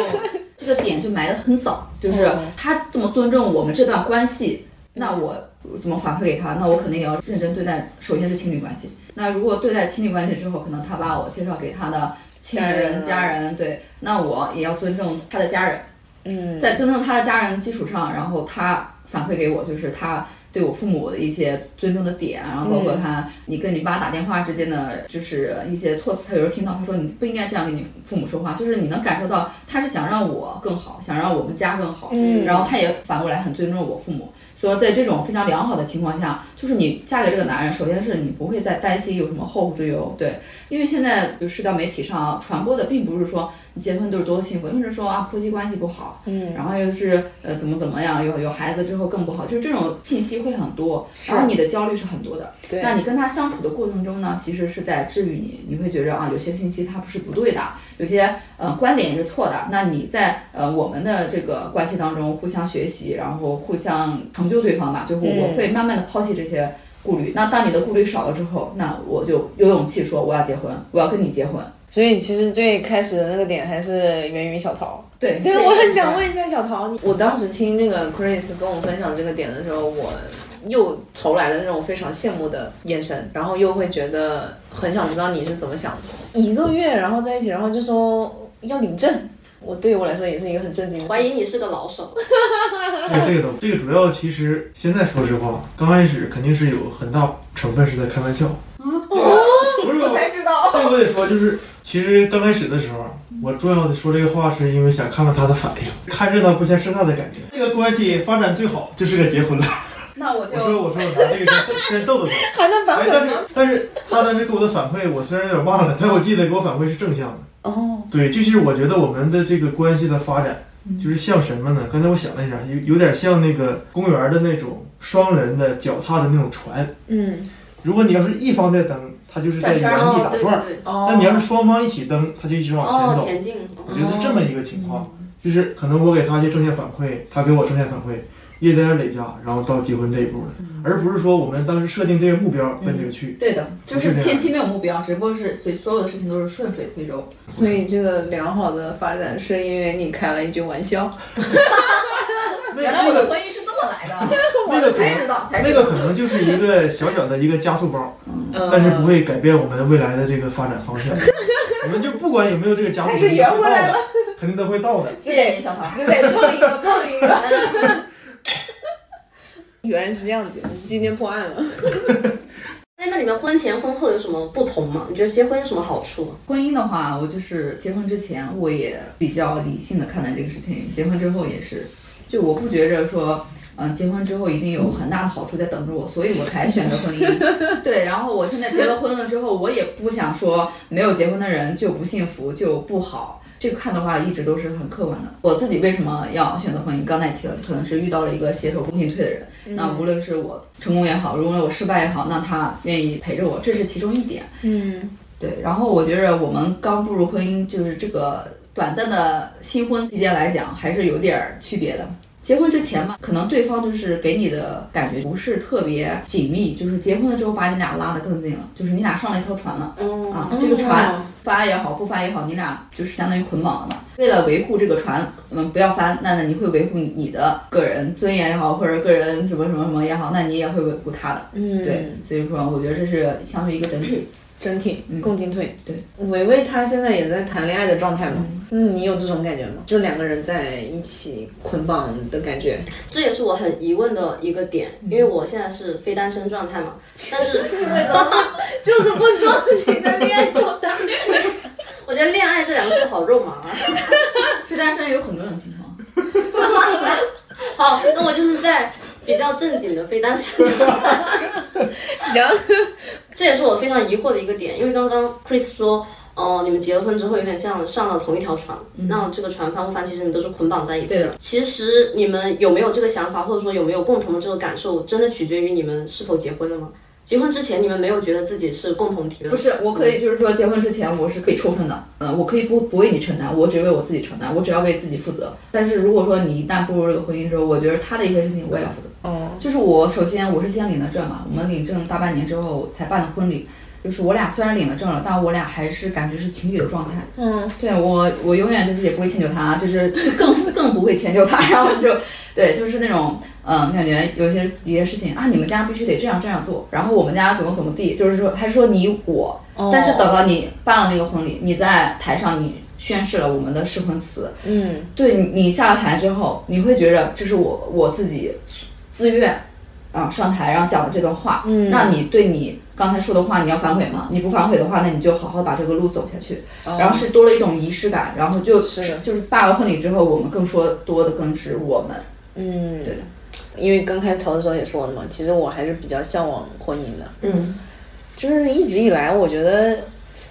[SPEAKER 4] 这个点就埋的很早，就是
[SPEAKER 1] 哦
[SPEAKER 4] 他这么尊重我们这段关系，那我怎么反馈给他？那我肯定也要认真对待，首先是亲密关系。那如果对待亲密关系之后，可能他把我介绍给他的亲
[SPEAKER 1] 家人
[SPEAKER 4] 人、
[SPEAKER 1] 啊
[SPEAKER 4] 家人，对，那我也要尊重他的家人。
[SPEAKER 1] 嗯，
[SPEAKER 4] 在尊重他的家人的基础上，然后他反馈给我就是他对我父母的一些尊重的点，然后包括他、你跟你爸打电话之间的就是一些措辞，他有时候听到他说你不应该这样跟你父母说话，就是你能感受到他是想让我更好，想让我们家更好，
[SPEAKER 1] 嗯
[SPEAKER 4] 然后他也反过来很尊重我父母。所以在这种非常良好的情况下，就是你嫁给这个男人，首先是你不会再担心有什么后顾之忧，对，因为现在就社交媒体上啊传播的并不是说你结婚都是多幸福，又是说啊婆媳关系不好，
[SPEAKER 1] 嗯，
[SPEAKER 4] 然后又是呃怎么怎么样，有有孩子之后更不好，就是这种信息会很多，
[SPEAKER 1] 是
[SPEAKER 4] 然后你的焦虑是很多的。
[SPEAKER 1] 对，
[SPEAKER 4] 那你跟他相处的过程中呢，其实是在治愈你，你会觉着啊，有些信息它不是不对的，有些呃观点也是错的。那你在呃我们的这个关系当中互相学习，然后互相成就对方吧，就是我
[SPEAKER 1] 嗯
[SPEAKER 4] 会慢慢的抛弃这些顾虑。那当你的顾虑少了之后，那我就有勇气说我要结婚，我要跟你结婚。
[SPEAKER 1] 所以其实最开始的那个点还是源于小桃。
[SPEAKER 4] 对，
[SPEAKER 1] 所以
[SPEAKER 4] 这
[SPEAKER 1] 我
[SPEAKER 4] 个
[SPEAKER 1] 很
[SPEAKER 4] 是
[SPEAKER 1] 想问一下小桃，你我当时听那个 Chris 跟我分享这个点的时候，我又投来了那种非常羡慕的眼神，然后又会觉得很想知道你是怎么想的。一个月然后在一起，然后就说要领证，我对于我来说也是一个很震惊的。
[SPEAKER 5] 怀疑你是个老手，
[SPEAKER 3] 这个这个东，这个主要其实现在说实话，刚开始肯定是有很大成分是在开玩笑。
[SPEAKER 4] 哦
[SPEAKER 3] 不是
[SPEAKER 4] 我才知道。
[SPEAKER 3] 对，我得说，就是其实刚开始的时候，我重要的说这个话，是因为想看看他的反应，看热闹不嫌事儿大的感觉。这个关系发展最好就是个结婚了。
[SPEAKER 4] 那我
[SPEAKER 3] 我说我说我拿这个先逗逗他，
[SPEAKER 1] 还能反
[SPEAKER 3] 哎，
[SPEAKER 1] 悔
[SPEAKER 3] 但
[SPEAKER 1] 吗？
[SPEAKER 3] 是但是他当时给我的反馈，我虽然有点忘了，但我记得给我反馈是正向的。
[SPEAKER 1] 哦，
[SPEAKER 3] 对，这就是我觉得我们的这个关系的发展，就是像什么呢？刚才我想了一下，有有点像那个公园的那种双人的脚踏的那种船。
[SPEAKER 1] 嗯，
[SPEAKER 3] 如果你要是一方在蹬，它就是在
[SPEAKER 4] 转圈
[SPEAKER 3] 原
[SPEAKER 4] 儿
[SPEAKER 3] 地
[SPEAKER 5] 哦，
[SPEAKER 3] 打
[SPEAKER 5] 对
[SPEAKER 3] 转儿；
[SPEAKER 5] 对对，
[SPEAKER 1] 哦，
[SPEAKER 3] 但你要是双方一起蹬，它就一直往前
[SPEAKER 5] 哦，
[SPEAKER 3] 走。
[SPEAKER 5] 前进，
[SPEAKER 3] 我觉得是这么一个情况，就是可能我给他一些正向反馈，他给我正向反馈，一点点累加，然后到结婚这一步了，而不是说我们当时设定这个目标奔这个去。
[SPEAKER 4] 对的，就
[SPEAKER 3] 不
[SPEAKER 4] 是
[SPEAKER 3] 是这样
[SPEAKER 4] 前期没有目标，只不过是所所有的事情都是顺水推舟。
[SPEAKER 1] 所以这个良好的发展是因为你开了一句玩笑。
[SPEAKER 3] 那
[SPEAKER 4] 原来我
[SPEAKER 3] 那
[SPEAKER 4] 的
[SPEAKER 3] 个
[SPEAKER 4] 婚姻是这么来的，
[SPEAKER 3] 那个可
[SPEAKER 4] 才
[SPEAKER 3] 能
[SPEAKER 4] 知道，才
[SPEAKER 3] 那
[SPEAKER 4] 知
[SPEAKER 3] 个
[SPEAKER 4] 道。
[SPEAKER 3] 可能就是一个小小的一个加速包，
[SPEAKER 1] 嗯
[SPEAKER 3] 但是不。会改变我们未来的这个发展方向。我们就不管有没有这个加速，
[SPEAKER 1] 但是圆回来了
[SPEAKER 3] 肯定都会到的，
[SPEAKER 4] 谢谢你，小唐。
[SPEAKER 1] 对，碰一 个，碰一个。原来是这样子，今天破案了。
[SPEAKER 5] 哎，那你们婚前婚后有什么不同吗？你觉得结婚有什么好处？啊
[SPEAKER 4] 婚姻的话，我就是结婚之前我也比较理性的看待这个事情，结婚之后也是，就我不觉着说，嗯、结婚之后一定有很大的好处在等着我，所以我才选择婚姻。对，然后我现在结了婚了之后，我也不想说没有结婚的人就不幸福就不好。这个看的话，一直都是很客观的。我自己为什么要选择婚姻？刚才也提了，可能是遇到了一个携手共进退的人。那无论是我成功也好，无论我失败也好，那他愿意陪着我，这是其中一点。
[SPEAKER 1] 嗯，
[SPEAKER 4] 对，然后我觉着我们刚步入婚姻，就是这个短暂的新婚期间来讲，还是有点儿区别的。结婚之前嘛，可能对方就是给你的感觉不是特别紧密，就是结婚了之后把你俩拉得更近了，就是你俩上了一条船了
[SPEAKER 5] 嗯
[SPEAKER 4] 啊，
[SPEAKER 1] 嗯
[SPEAKER 4] 这个船翻也好，不翻也好，你俩就是相当于捆绑了嘛。为了维护这个船，嗯，不要翻，那那你会维护你的个人尊严也好，或者个人什么什么什么也好，那你也会维护他的。
[SPEAKER 1] 嗯
[SPEAKER 4] 对，，所以说我觉得这是相对一个整体。
[SPEAKER 1] 整体
[SPEAKER 4] 嗯
[SPEAKER 1] 共进退。
[SPEAKER 4] 对，
[SPEAKER 1] 维维她现在也在谈恋爱的状态嘛，嗯，你有这种感觉吗？就两个人在一起捆绑的感觉。
[SPEAKER 5] 这也是我很疑问的一个点，因为我现在是非单身状态嘛，但 是
[SPEAKER 1] 为什么？ 就是不说自己在恋爱中的。
[SPEAKER 5] 我觉得恋爱这两个字好肉麻啊。
[SPEAKER 4] 非单身有很多种情况。
[SPEAKER 5] 好，那我就是 在比较正经的非单身状态。
[SPEAKER 1] 行，
[SPEAKER 5] 这也是我非常疑惑的一个点，因为刚刚 Chris 说，哦、你们结了婚之后有点像上了同一条船，那这个船帆不帆，其实你们都是捆绑在一
[SPEAKER 4] 嗯对
[SPEAKER 5] 起
[SPEAKER 4] 的。
[SPEAKER 5] 其实你们有没有这个想法，或者说有没有共同的这个感受，真的取决于你们是否结婚了吗？结婚之前，你们没有觉得自己是共同体的，
[SPEAKER 4] 不是，我可以就是说，结婚之前我是可以抽身的，呃，我可以不不为你承担，我只为我自己承担，我只要为自己负责。但是如果说你一旦步入这个婚姻之后，我觉得他的一些事情我也要负责。
[SPEAKER 1] 哦，
[SPEAKER 4] 就是我首先我是先领的证嘛，我们领证大半年之后才办的婚礼。就是我俩虽然领了证了，但我俩还是感觉是情侣的状态。
[SPEAKER 1] 嗯，
[SPEAKER 4] 对我，我永远就是也不会迁就他，就是就更更不会迁就他，然后就对，就是那种嗯，感觉有些有些事情啊，你们家必须得这样这样做，然后我们家怎么怎么地，就是说还是说你我，但是等到你办了那个婚礼，你在台上你宣誓了我们的试婚词。
[SPEAKER 1] 嗯，
[SPEAKER 4] 对你你下了台之后，你会觉着这是我我自己自愿啊上台，然后讲了这段话，
[SPEAKER 1] 嗯
[SPEAKER 4] 那你对你刚才说的话，你要反悔吗？你不反悔的话，那你就好好把这个路走下去，
[SPEAKER 1] 哦
[SPEAKER 4] 然后是多了一种仪式感，然后就是
[SPEAKER 1] 的
[SPEAKER 4] 就是办完婚礼之后，我们更说多的更是我们，
[SPEAKER 1] 嗯，
[SPEAKER 4] 对的，
[SPEAKER 1] 因为刚开头的时候也说了嘛，其实我还是比较向往婚姻的，
[SPEAKER 5] 嗯，
[SPEAKER 1] 就是一直以来，我觉得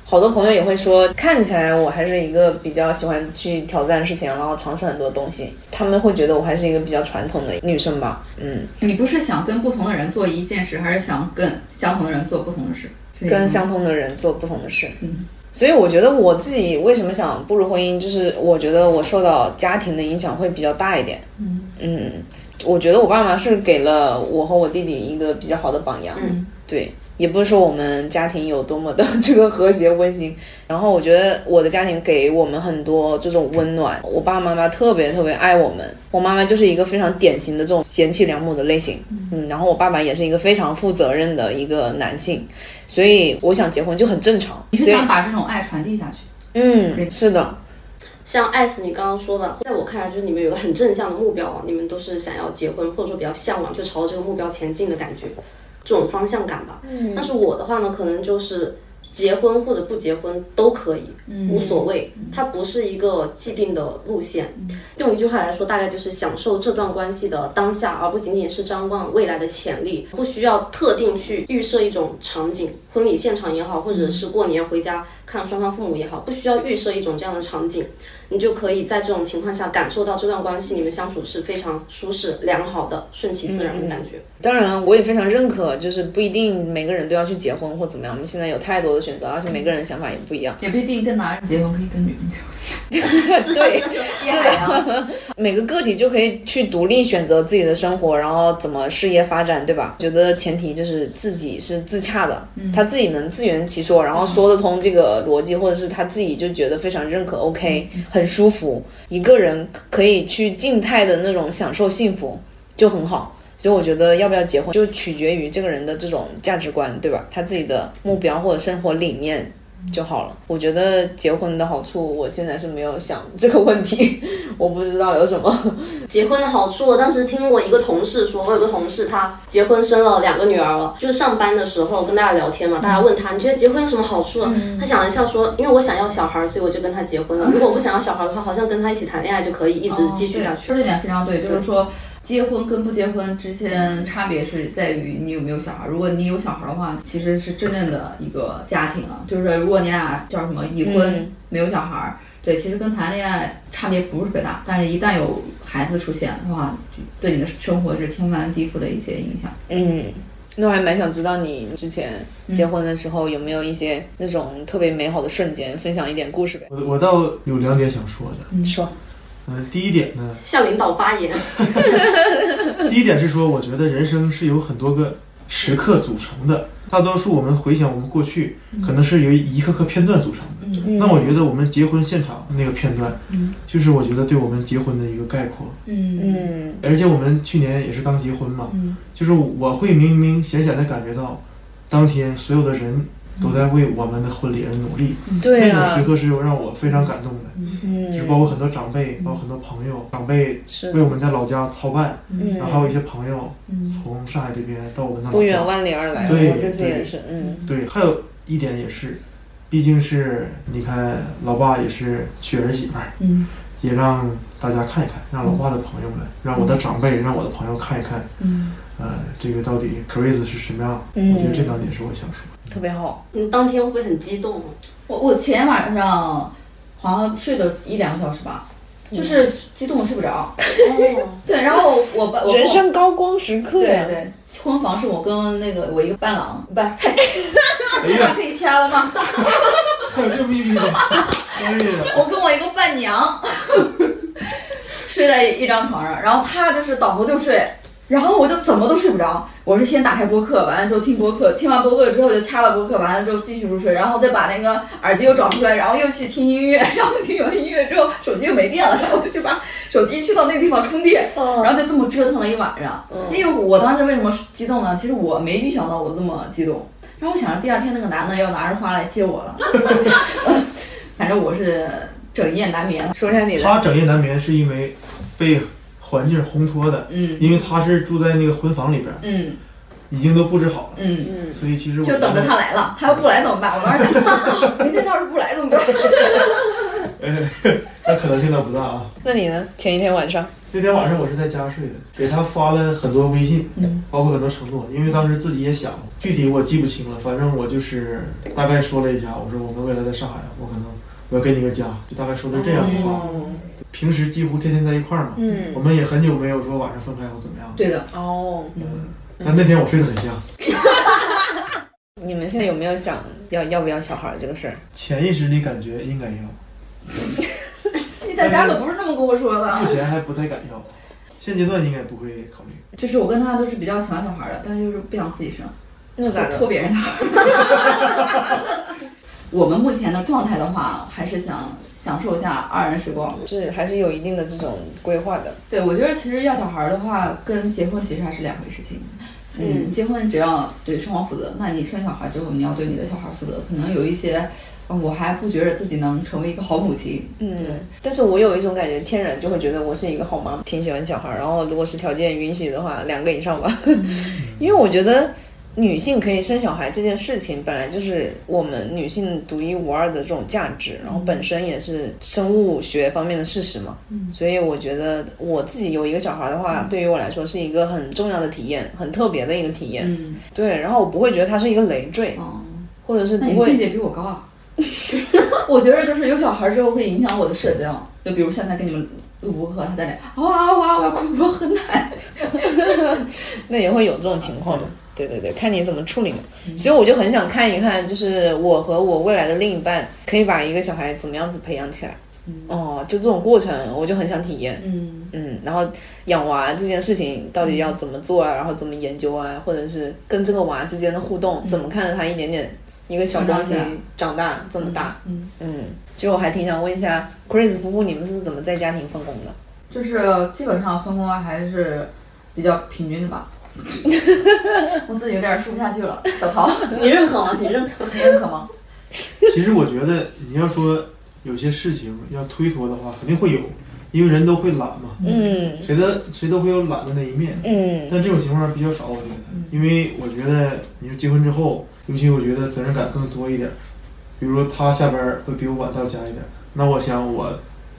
[SPEAKER 1] 好多朋友也会说，看起来我还是一个比较喜欢去挑战事情，然后尝试很多东西，他们会觉得我还是一个比较传统的女生吧，嗯，
[SPEAKER 4] 你不是想跟不同的人做一件事，还是想跟相同的人做不同的事？是这个意
[SPEAKER 1] 跟
[SPEAKER 4] 思吗
[SPEAKER 1] 相同的人做不同的事，
[SPEAKER 4] 嗯。
[SPEAKER 1] 所以我觉得我自己为什么想步入婚姻，就是我觉得我受到家庭的影响会比较大一点。
[SPEAKER 4] 嗯
[SPEAKER 1] 我觉得我爸妈是给了我和我弟弟一个比较好的榜样。
[SPEAKER 5] 嗯
[SPEAKER 1] 对，也不是说我们家庭有多么的 这个和谐温馨。然后我觉得我的家庭给我们很多这种温暖，我爸爸妈妈特别特别爱我们。我妈妈就是一个非常典型的这种贤妻良母的类型，嗯，然后我爸爸也是一个非常负责任的一个男性，所以我想结婚就很正常。
[SPEAKER 4] 你是
[SPEAKER 1] 所以，
[SPEAKER 4] 想把这种爱传递下去？可以
[SPEAKER 1] 嗯，是的，
[SPEAKER 5] 像 S 你刚刚说的，在我看来就是你们有个很正向的目标，啊你们都是想要结婚，或者说比较向往，就朝着这个目标前进的感觉，这种方向感吧。嗯。但是我的话呢，可能就是结婚或者不结婚都可以，无所谓，它不是一个既定的路线。用一句话来说，大概就是享受这段关系的当下，而不仅仅是张望未来的潜力，不需要特定去预设一种场景，婚礼现场也好，或者是过年回家看双方父母也好，不需要预设一种这样的场景。你就可以在这种情况下感受到这段关系你们相处是非常舒适、良好的、顺其自然的感觉。
[SPEAKER 1] 当然，我也非常认可，就是不一定每个人都要去结婚或怎么样。我们现在有太多的选择，而且每个人想法也不一样。
[SPEAKER 4] 也不一定跟男人结婚，可以跟女人结
[SPEAKER 1] 嗯
[SPEAKER 4] 婚。
[SPEAKER 1] 对，
[SPEAKER 5] 是
[SPEAKER 4] 是 的，
[SPEAKER 1] 每个个体就可以去独立选择自己的生活，然后怎么事业发展，对吧？觉得前提就是自己是自洽的，他自己能自圆其说，然后说得通这个逻辑，或者是他自己就觉得非常认可，OK，很舒服，一个人可以去静态的那种享受幸福，就很好。所以我觉得要不要结婚，就取决于这个人的这种价值观，对吧？他自己的目标或者生活理念就好了。我觉得结婚的好处，我现在是没有想这个问题， 我不知道有什么。
[SPEAKER 5] 结婚的好处，我当时听我一个同事说，我有个同事他结婚生了两个女儿了，就是上班的时候跟大家聊天嘛，大家问他你觉得结婚有什么好处啊？他想了一下说，因为我想要小孩，所以我就跟他结婚了。如果我不想要小孩的话，好像跟他一起谈恋爱就可以一直继续下去。
[SPEAKER 4] 哦说这点非常对，就是说结婚跟不结婚之间差别是在于你有没有小孩。如果你有小孩的话，其实是真正的一个家庭了。就是如果你俩叫什么已婚、
[SPEAKER 1] 嗯
[SPEAKER 4] 没有小孩，对，其实跟谈恋爱差别不是特别大，但是一旦有孩子出现的话，就对你的生活是天翻地覆的一些影响。
[SPEAKER 1] 嗯，那我还蛮想知道你之前结婚的时候有没有一些那种特别美好的瞬间，分享一点故事呗。
[SPEAKER 3] 我我倒有两点想说的。
[SPEAKER 4] 嗯
[SPEAKER 1] 说，
[SPEAKER 3] 嗯，第一点呢，
[SPEAKER 5] 向领导发言，
[SPEAKER 3] 第一点是说，我觉得人生是由很多个时刻组成的。大多数我们回想我们过去，可能是由一个个片段组成的。
[SPEAKER 1] 嗯
[SPEAKER 3] 那我觉得我们结婚现场那个片段，
[SPEAKER 4] 嗯
[SPEAKER 3] 就是我觉得对我们结婚的一个概括。
[SPEAKER 4] 嗯
[SPEAKER 1] 嗯
[SPEAKER 3] 而且我们去年也是刚结婚嘛，
[SPEAKER 4] 嗯
[SPEAKER 3] 就是我会明明显显的感觉到，当天所有的人都在为我们的婚礼而努力。
[SPEAKER 1] 嗯对
[SPEAKER 3] 那种时
[SPEAKER 1] 啊，
[SPEAKER 3] 刻是让我非常感动的，就是包
[SPEAKER 1] 嗯，
[SPEAKER 3] 括很多长辈，包括很多朋友，长辈
[SPEAKER 1] 是
[SPEAKER 3] 为
[SPEAKER 1] 的，
[SPEAKER 3] 我们在老家操办，
[SPEAKER 1] 嗯，
[SPEAKER 3] 然后还有一些朋友
[SPEAKER 4] 嗯
[SPEAKER 3] 从上海这边到我们的
[SPEAKER 1] 不
[SPEAKER 3] 老
[SPEAKER 1] 远
[SPEAKER 3] 家。
[SPEAKER 1] 万里而来，
[SPEAKER 3] 对
[SPEAKER 1] 我这次
[SPEAKER 3] 对
[SPEAKER 1] 也是，嗯
[SPEAKER 3] 对，还有一点也是，毕竟是你看，老爸也是娶儿媳妇儿，
[SPEAKER 4] 嗯
[SPEAKER 3] 也让大家看一看，让老爸的朋友们，让我的长辈，让我的朋友看一看，
[SPEAKER 4] 嗯
[SPEAKER 3] 呃，这个到底 Chris 是什么样？我觉得这
[SPEAKER 1] 嗯，
[SPEAKER 3] 两点是我想说的。
[SPEAKER 1] 特别好，
[SPEAKER 5] 你当天会不会很激动啊？
[SPEAKER 4] 我我前天晚上好像睡了一两个小时吧，就是激动得睡不着。
[SPEAKER 5] 哦。
[SPEAKER 4] 对，然后我把我
[SPEAKER 1] 人生高光时刻
[SPEAKER 4] 对
[SPEAKER 1] 呀，
[SPEAKER 4] 对，婚房是我跟那个我一个伴郎不， 这段可以掐了吗？
[SPEAKER 3] 还有这秘 密的，哎呀，
[SPEAKER 4] 我跟我一个伴娘睡在一张床上，然后她就是倒头就睡。然后我就怎么都睡不着，我是先打开播客，完了之后听播客，听完播客之后就掐了播客，完了之后继续入睡，然后再把那个耳机又找出来，然后又去听音乐， 然后听完音乐之后手机又没电了，然后我就去把手机去到那个地方充电，然后就这么折腾了一晚上。因为我当时为什么激动呢？其实我没预想到我这么激动， 然后我想着第二天那个男的要拿着花来接我了，反正我是整夜难眠。
[SPEAKER 1] 说一下你的，
[SPEAKER 3] 他整夜难眠是因为被环境烘托的，
[SPEAKER 4] 嗯
[SPEAKER 3] 因为他是住在那个婚房里边，
[SPEAKER 4] 嗯
[SPEAKER 3] 已经都布置好了，
[SPEAKER 4] 嗯，
[SPEAKER 1] 嗯，
[SPEAKER 3] 所以其实我
[SPEAKER 4] 就等着他来了。他要不来怎么办？我当时想， 哈明天他要是不来怎么办？
[SPEAKER 3] 哎 那可能性倒不大啊。
[SPEAKER 1] 那你呢？前一天晚上，
[SPEAKER 3] 那天晚上我是在家睡的，给他发了很多微信，
[SPEAKER 4] 嗯
[SPEAKER 3] 包括很多承诺，因为当时自己也想，具体我记不清了，反正我就是大概说了一下，我说我们未来在上海，我可能我要给你个家，就大概说的这样的话。
[SPEAKER 1] 嗯
[SPEAKER 3] 平时几乎天天在一块儿嘛，
[SPEAKER 1] 嗯
[SPEAKER 3] 我们也很久没有说晚上分开或怎么样。
[SPEAKER 4] 对的，
[SPEAKER 1] 哦，
[SPEAKER 4] 嗯，
[SPEAKER 3] 但那天我睡得很香，
[SPEAKER 1] 你们现在有没有想要要不要小孩儿这个事儿？
[SPEAKER 3] 潜意识里感觉应该要，
[SPEAKER 4] 你在家可不是那么跟我说的。
[SPEAKER 3] 目前还不太敢要，现阶段应该不会考虑。
[SPEAKER 4] 就是我跟他都是比较喜欢小孩的，但是就是不想自己生，
[SPEAKER 1] 那咋
[SPEAKER 4] 拖
[SPEAKER 1] 着？
[SPEAKER 4] 别人 小孩。我们目前的状态的话，还是想享受一下二人时光。
[SPEAKER 1] 是还是有一定的这种规划的。
[SPEAKER 4] 对，我觉得其实要小孩儿的话，跟结婚其实还是两回事情。嗯，结婚只要对生活负责，那你生小孩之后，你要对你的小孩负责。可能有一些，嗯我还不觉着自己能成为一个好母亲。
[SPEAKER 1] 嗯，但是我有一种感觉，天然就会觉得我是一个好妈妈，挺喜欢小孩儿。然后如果是条件允许的话，两个以上吧，
[SPEAKER 4] 嗯
[SPEAKER 1] 因为我觉得女性可以生小孩这件事情，本来就是我们女性独一无二的这种价
[SPEAKER 4] 嗯
[SPEAKER 1] 值，然后本身也是生物学方面的事实嘛。
[SPEAKER 4] 嗯
[SPEAKER 1] 所以我觉得我自己有一个小孩的话，对于我来说是一个很重要的体验，很特别的一个体验。
[SPEAKER 4] 嗯，
[SPEAKER 1] 对，然后我不会觉得它是一个累赘，
[SPEAKER 4] 哦，
[SPEAKER 1] 或者是
[SPEAKER 4] 那
[SPEAKER 1] 不
[SPEAKER 4] 你境
[SPEAKER 1] 会。
[SPEAKER 4] 界比我高 啊。我觉得就是有小孩之后会影响我的社交，就比如现在跟你们录播课，他在那啊哇哇哇哭哭很奶。
[SPEAKER 1] 那也会有这种情况嘛？对嗯对对，看你怎么处理嘛。所以我就很想看一看，就是我和我未来的另一半可以把一个小孩怎么样子培养起来。哦，就这种过程，我就很想体验。
[SPEAKER 4] 嗯，
[SPEAKER 1] 嗯，然后养娃这件事情到底要怎么做啊？然后怎么研究啊？或者是跟这个娃之间的互动，怎么看着他一点点一个小
[SPEAKER 4] 成长
[SPEAKER 1] 东西
[SPEAKER 4] 起来
[SPEAKER 1] 嗯长大这么大？
[SPEAKER 4] 嗯。
[SPEAKER 1] 嗯，其实我还挺想问一下 Chris 夫妇，你们是怎么在家庭分工的？
[SPEAKER 4] 就是基本上分工啊还是比较平均的吧。 我自己有点说不下去了，小桃，
[SPEAKER 5] 你认可吗？你认可？
[SPEAKER 4] 你认可吗？
[SPEAKER 3] 其实我觉得你要说有些事情要推脱的话，肯定会有，因为人都会懒嘛，
[SPEAKER 1] 嗯
[SPEAKER 3] 谁的谁都会有懒的那一面。
[SPEAKER 1] 嗯
[SPEAKER 3] 但这种情况比较少，我觉得，因为我觉得你说结婚之后，尤其我觉得责任感更多一点儿。比如说他下班儿会比我晚到家一点儿，那我想我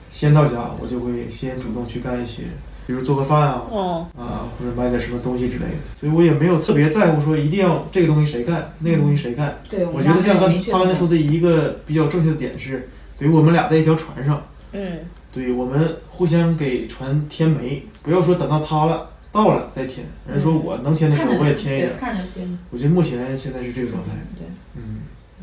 [SPEAKER 3] 先到家，我就会先主动去干一些，比如做个饭啊，
[SPEAKER 1] 哦
[SPEAKER 3] 啊，或者买点什么东西之类的。所以我也没有特别在乎说一定要这个东西谁干，那个东西谁干。
[SPEAKER 4] 嗯对，我
[SPEAKER 3] 我
[SPEAKER 4] 们
[SPEAKER 3] 觉
[SPEAKER 4] 家
[SPEAKER 3] 得像
[SPEAKER 4] 还有
[SPEAKER 3] 刚
[SPEAKER 4] 明确
[SPEAKER 3] 他刚才说的一个比较正确的点是，对于我们俩在一条船上，
[SPEAKER 1] 嗯
[SPEAKER 3] 对我们互相给船添煤，不要说等到他了到了再添，人说我能添的时
[SPEAKER 4] 看
[SPEAKER 3] 候
[SPEAKER 4] 着
[SPEAKER 3] 我也
[SPEAKER 4] 就
[SPEAKER 3] 添一点
[SPEAKER 4] 对，。看着就对，
[SPEAKER 3] 我觉得目前现在是这个状态，
[SPEAKER 4] 对，
[SPEAKER 3] 嗯，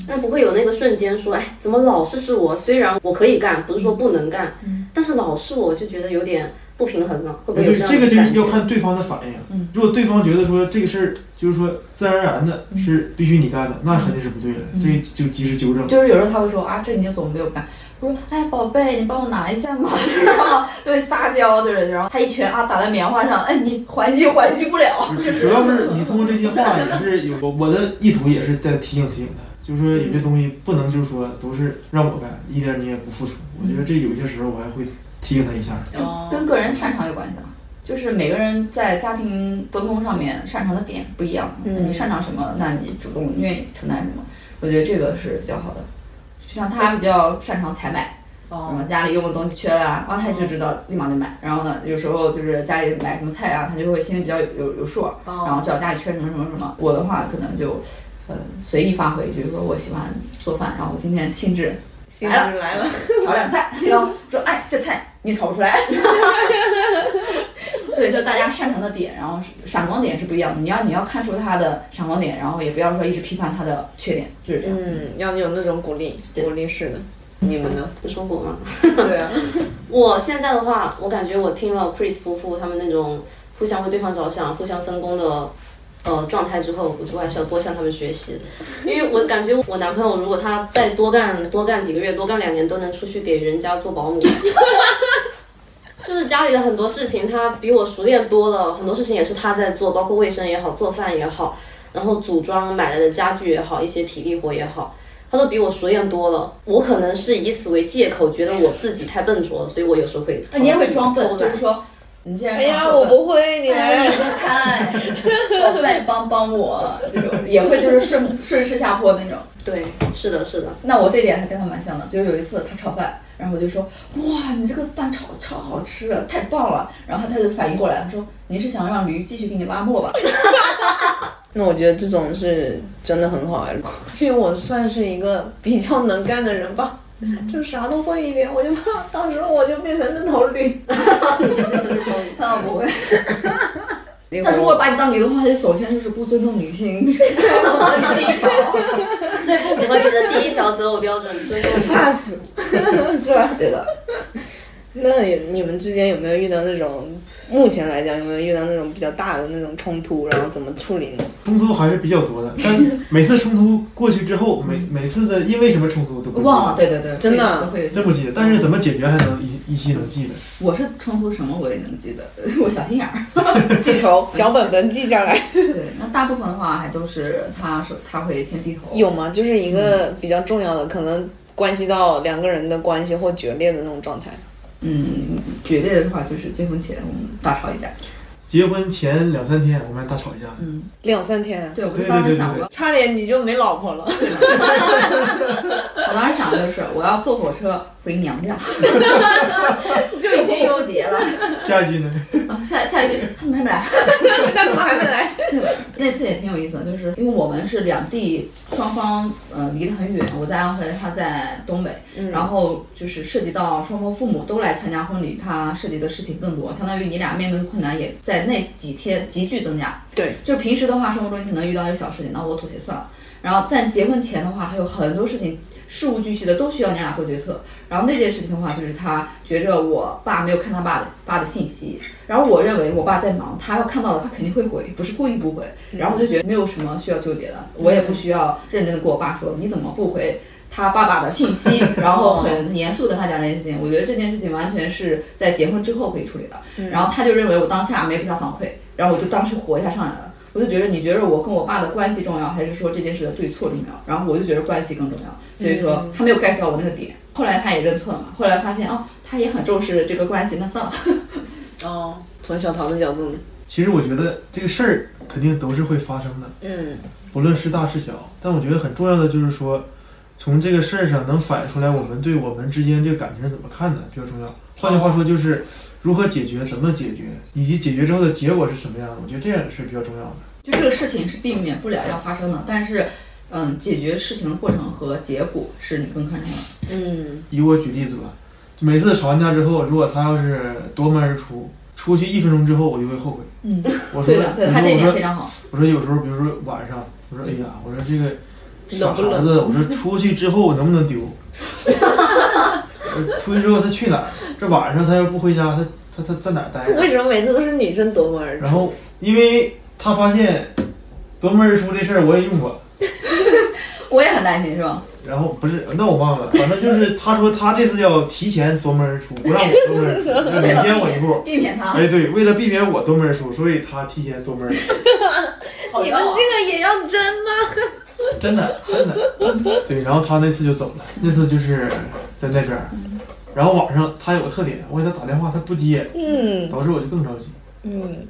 [SPEAKER 5] 但不会有那个瞬间说，哎，怎么老是是我？虽然我可以干，不是说不能干，
[SPEAKER 4] 嗯
[SPEAKER 5] 但是老是我就觉得有点不平衡了，会不
[SPEAKER 3] 而
[SPEAKER 5] 会有
[SPEAKER 3] 且
[SPEAKER 5] 这样
[SPEAKER 3] 这个
[SPEAKER 5] 的
[SPEAKER 3] 就是
[SPEAKER 5] 感
[SPEAKER 3] 要
[SPEAKER 5] 觉？
[SPEAKER 3] 看对方的反应
[SPEAKER 4] 嗯。
[SPEAKER 3] 如果对方觉得说这个事儿就是说自然而然的是必须你干的，那肯定是不对的，
[SPEAKER 4] 嗯
[SPEAKER 3] 这就及时纠正。
[SPEAKER 4] 就是有时候他会说啊，这你就总没有干。我说，哎，宝贝，你帮我拿一下嘛， 然后就会撒娇，就是，然后他一拳啊打在棉花上，哎，你还击还击不了，
[SPEAKER 3] 主主要是你通过这些话也是有我 我的意图也是在提醒提醒他，就是说有些东西不能就是说都是让我干，一点你也不付出。我觉得这有些时候我还会提醒他一下。
[SPEAKER 1] 哦
[SPEAKER 4] 跟个人擅长有关系啊。就是每个人在家庭分工上面擅长的点不一样，
[SPEAKER 1] 嗯
[SPEAKER 4] 你擅长什么，那你主动愿意承担什么，我觉得这个是比较好的。像他比较擅长采买，然后
[SPEAKER 1] 哦
[SPEAKER 4] 家里用的东西缺了啊，然后他就知道立马就买。然后呢，有时候就是家里买什么菜啊，他就会心里比较有有有数啊儿，然后
[SPEAKER 1] 哦
[SPEAKER 4] 知道家里缺什么什么什么。我的话可能就，呃，随意发挥，比如说我喜欢做饭，然后我今天兴致
[SPEAKER 1] 行啊来了来了，
[SPEAKER 4] 炒两菜，然后说哎，这菜你炒不出来。 对，就大家擅长的点，然后闪光点是不一样的。你要你要看出他的闪光点，然后也不要说一直批判他的缺点，就是这样。
[SPEAKER 1] 嗯，要有那种鼓励
[SPEAKER 4] 对
[SPEAKER 1] 鼓励式的。你们呢？
[SPEAKER 5] 你说我吗？
[SPEAKER 1] 对啊，
[SPEAKER 5] 我现在的话，我感觉我听了 Chris 夫妇他们那种互相为对方着想、互相分工的呃状态之后，我觉得我还是要多向他们学习，因为我感觉我男朋友如果他再多干多干几个月、多干两年，都能出去给人家做保姆。 就是家里的很多事情，他比我熟练多了，很多事情也是他在做，包括卫生也好，做饭也好，然后组装买来的家具也好，一些体力活也好。他都比我熟练多了。我可能是以此为借口，觉得我自己太笨拙了，所以我有时候会
[SPEAKER 4] 呃那你也会装笨，
[SPEAKER 5] 偷
[SPEAKER 4] 就
[SPEAKER 5] 懒
[SPEAKER 4] 是说，你既然
[SPEAKER 1] 哎呀，
[SPEAKER 4] 让说
[SPEAKER 1] 我
[SPEAKER 4] 笨
[SPEAKER 1] 不会，你
[SPEAKER 4] 哎呀，
[SPEAKER 1] 来
[SPEAKER 4] 你。不看，我再帮帮我，这种也会就是顺顺势下坡那种。
[SPEAKER 5] 对，是的，是的，
[SPEAKER 4] 那我这点还跟他蛮像的，就是有一次他炒饭，然后我就说哇，你这个饭炒超好吃，啊太棒了。然后他就反应过来，他说你是想让驴继续给你拉磨吧？
[SPEAKER 1] 那我觉得这种是真的很好哎，因为我算是一个比较能干的人吧，就啥都会一点，我就怕到时候我就变成那头驴。
[SPEAKER 4] 他 不会，他如果把你当驴的话，他就首先就是不尊重女性， 不尊重你的地方。
[SPEAKER 5] 对，不符合你的第一条择偶标准，尊重你。
[SPEAKER 1] 怕死， 是吧？
[SPEAKER 4] 对的，
[SPEAKER 1] 那也你们之间有没有遇到那种，目前来讲有没有遇到那种比较大的那种冲突，然后怎么处 理呢？
[SPEAKER 3] 冲突还是比较多的，但 每次冲突过去之后，每每次的因为什么冲突都不记得
[SPEAKER 4] 忘了，，对对对，
[SPEAKER 1] 真的啊
[SPEAKER 4] 都会有
[SPEAKER 3] 真不记得。但是怎么解决还能依依稀能记得。
[SPEAKER 4] 我是冲突什么我也能记得， 我小心眼儿。
[SPEAKER 1] 记仇，小本本记下来
[SPEAKER 4] 对，那大部分的话还都是他说他会先低头。
[SPEAKER 1] 有吗？就是一个比较重要的，可能关系到两个人的关系或决裂的那种状态。
[SPEAKER 4] 嗯，决裂的话就是结婚前我们大吵一架。
[SPEAKER 3] 结婚前两三天我们还大吵一架，
[SPEAKER 4] 嗯，
[SPEAKER 1] 两三天，
[SPEAKER 4] 对，我就
[SPEAKER 3] 对
[SPEAKER 4] 当
[SPEAKER 3] 对
[SPEAKER 4] 时
[SPEAKER 3] 对
[SPEAKER 4] 想
[SPEAKER 3] 对
[SPEAKER 4] 过，
[SPEAKER 1] 差点你就没老婆 了。
[SPEAKER 4] 我当时想的就是我要坐火车回娘家，
[SPEAKER 1] 就已经有
[SPEAKER 4] 结了。
[SPEAKER 3] 下一句呢？
[SPEAKER 4] 啊，下下一句他们还没来。
[SPEAKER 1] 那怎么还没来？
[SPEAKER 4] 那次也挺有意思的，就是因为我们是两地双方呃离得很远，我在安徽，他在东北，
[SPEAKER 1] 嗯
[SPEAKER 4] 然后就是涉及到双方父母都来参加婚礼，他涉及的事情更多，相当于你俩面对的困难也在那几天急剧增加。
[SPEAKER 1] 对，
[SPEAKER 4] 就是平时的话，生活中你可能遇到一些小事情，那我妥协算了。然后在结婚前的话，还有很多事情事无巨细的都需要你俩做决策。然后那件事情的话，就是他觉着我爸没有看他爸的爸的信息，然后我认为我爸在忙，他要看到了，他肯定会回，不是故意不回。然后我就觉得没有什么需要纠结的，我也不需要认真的跟我爸说你怎么不回他爸爸的信息，然后很严肃地跟他讲这件事情。我觉得这件事情完全是在结婚之后可以处理的。然后他就认为我当下没给他反馈，然后我就当时火一下上来了。我就觉得你觉得我跟我爸的关系重要，还是说这件事的对错重要？然后我就觉得关系更重要，所以说他没有 get 到我那个点。后来他也认错了嘛，后来发现哦，他也很重视这个关系，那算了。
[SPEAKER 1] 哦，从小桃的角度呢？
[SPEAKER 3] 其实我觉得这个事儿肯定都是会发生的，
[SPEAKER 1] 嗯，
[SPEAKER 3] 不论是大是小。但我觉得很重要的就是说，从这个事儿上能反映出来我们对我们之间这个感情是怎么看的比较重要。换句话说，就是如何解决、怎么解决，以及解决之后的结果是什么样的。我觉得这样是比较重要的。
[SPEAKER 4] 就这个事情是避免不了要发生的，但是，嗯，解决事情的过程和结果是你更看重的。
[SPEAKER 1] 嗯，
[SPEAKER 3] 以我举例子吧，每次吵完架之后，如果他要是夺门而出，出去一分钟之后，我就会后悔。
[SPEAKER 4] 嗯，
[SPEAKER 3] 我说，
[SPEAKER 4] 对的，对的，他这一
[SPEAKER 3] 我
[SPEAKER 4] 点
[SPEAKER 3] 说
[SPEAKER 4] 非常好。
[SPEAKER 3] 我说有时候，比如说晚上，我说哎呀，我说这个傻
[SPEAKER 1] 冷不冷
[SPEAKER 3] 孩子，我说出去之后能不能丢？ 我说出去之后他去哪儿？这晚上他要不回家，他他他在哪儿待着？
[SPEAKER 1] 为什么每次都是女生夺门而出？
[SPEAKER 3] 然后因为他发现夺门而出这事儿我也用过，
[SPEAKER 4] 我也很担心，是吧？
[SPEAKER 3] 然后不是，那我忘了，反正就是他说他这次要提前夺门而出，不让我夺门而出，要领先我一步。
[SPEAKER 4] 避免他。
[SPEAKER 3] 哎，对，为了避免我夺门而出，所以他提前夺门而出，
[SPEAKER 1] 你们这个也要争吗？
[SPEAKER 3] 真的真的。对，然后他那次就走了，那次就是在那边儿，然后晚上他有个特点，我给他打电话他不接，
[SPEAKER 1] 嗯
[SPEAKER 3] 导致我就更着急。
[SPEAKER 1] 嗯，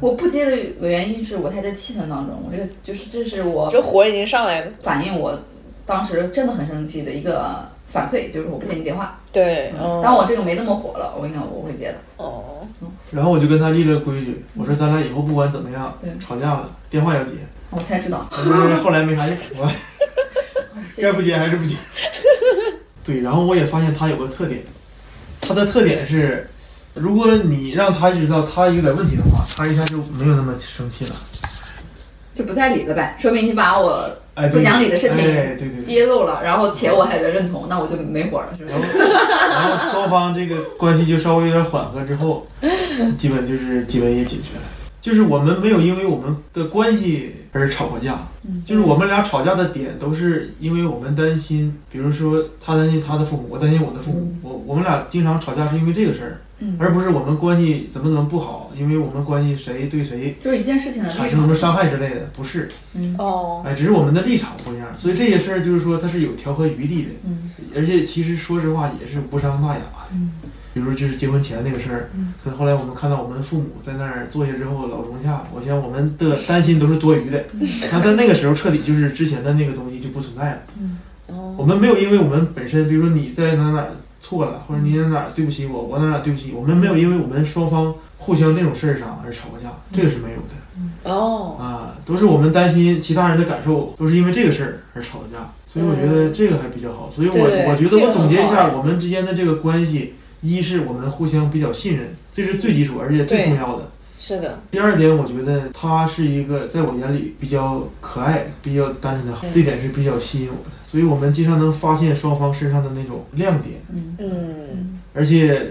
[SPEAKER 4] 我不接的原因是我还在气氛当中，我这个就是这是我
[SPEAKER 1] 这火已经上来了。
[SPEAKER 4] 反映我当时真的很生气的一个反馈，就是我不接你电话。
[SPEAKER 1] 对，
[SPEAKER 4] 嗯，当
[SPEAKER 1] 哦
[SPEAKER 4] 我这个没那么火了，我应该我会接的。
[SPEAKER 1] 哦，
[SPEAKER 3] 然后我就跟他立了规矩，我说咱俩以后不管怎么样
[SPEAKER 4] 对，
[SPEAKER 3] 吵架了电话要接。
[SPEAKER 4] 我才知道，
[SPEAKER 3] 但是后来没啥用，我该不接还是不接。对，然后我也发现他有个特点，他的特点是，如果你让他知道他有点问题的话，他一下就没有那么生气了。
[SPEAKER 4] 就不再理了呗，说明你把我
[SPEAKER 3] 哎，
[SPEAKER 4] 不
[SPEAKER 3] 对
[SPEAKER 4] 讲理的事情
[SPEAKER 3] 哎，对对对。
[SPEAKER 4] 揭露了，然后且我还能认同，那我就没火了，是不
[SPEAKER 3] 然后，
[SPEAKER 4] 是？
[SPEAKER 3] 然 后双方这个关系就稍微有点缓和之后，基本就是基本也解决了。就是我们没有因为我们的关系而吵过架，
[SPEAKER 4] 嗯
[SPEAKER 3] 就是我们俩吵架的点都是因为我们担心，比如说他担心他的父母，我担心我的父母，我我们俩经常吵架是因为这个事儿，
[SPEAKER 4] 嗯
[SPEAKER 3] 而不是我们关系怎么怎么不好，因为我们关系谁对谁
[SPEAKER 4] 就是一件事情的
[SPEAKER 3] 产生
[SPEAKER 4] 立
[SPEAKER 3] 什
[SPEAKER 4] 场
[SPEAKER 3] 么，伤害之类的，不是，
[SPEAKER 4] 嗯
[SPEAKER 1] 哦，
[SPEAKER 3] 哎，只是我们的立场不一样，所以这些事儿就是说它是有调和余地的，
[SPEAKER 4] 嗯
[SPEAKER 3] 而且其实说实话也是无伤大雅的。
[SPEAKER 4] 嗯
[SPEAKER 3] 比如说就是结婚前那个事儿
[SPEAKER 4] 嗯，
[SPEAKER 3] 可能后来我们看到我们父母在那儿坐下之后老容下，我想我们的担心都是多余的。
[SPEAKER 4] 嗯
[SPEAKER 3] 那在那个时候彻底就是之前的那个东西就不存在
[SPEAKER 4] 嗯
[SPEAKER 3] 了。我
[SPEAKER 1] 哦，
[SPEAKER 3] 们没有因为我们本身，比如说你在哪哪错了，或者你在哪对不起我，我哪哪对不起，我们没有因为我们双方互相这种事儿上而吵过架，这个是没有的
[SPEAKER 1] 哦，
[SPEAKER 3] 啊，都是我们担心其他人的感受，都是因为这个事儿而吵架。所以我觉得这个还比较好。所以我
[SPEAKER 1] 对嗯对
[SPEAKER 3] 我觉
[SPEAKER 1] 这
[SPEAKER 3] 得
[SPEAKER 1] 个
[SPEAKER 3] 我总结一
[SPEAKER 1] 很好
[SPEAKER 3] 下
[SPEAKER 1] 哎
[SPEAKER 3] 我们之间的这个关系，一是我们互相比较信任，这是最基础而且最
[SPEAKER 1] 对
[SPEAKER 3] 重要的。
[SPEAKER 1] 是的，
[SPEAKER 3] 第二点，我觉得他是一个在我眼里比较可爱、比较单纯的孩
[SPEAKER 1] 嗯
[SPEAKER 3] 子，这点是比较吸引我的。所以我们经常能发现双方身上的那种亮点。
[SPEAKER 4] 嗯
[SPEAKER 1] 嗯，
[SPEAKER 3] 而且，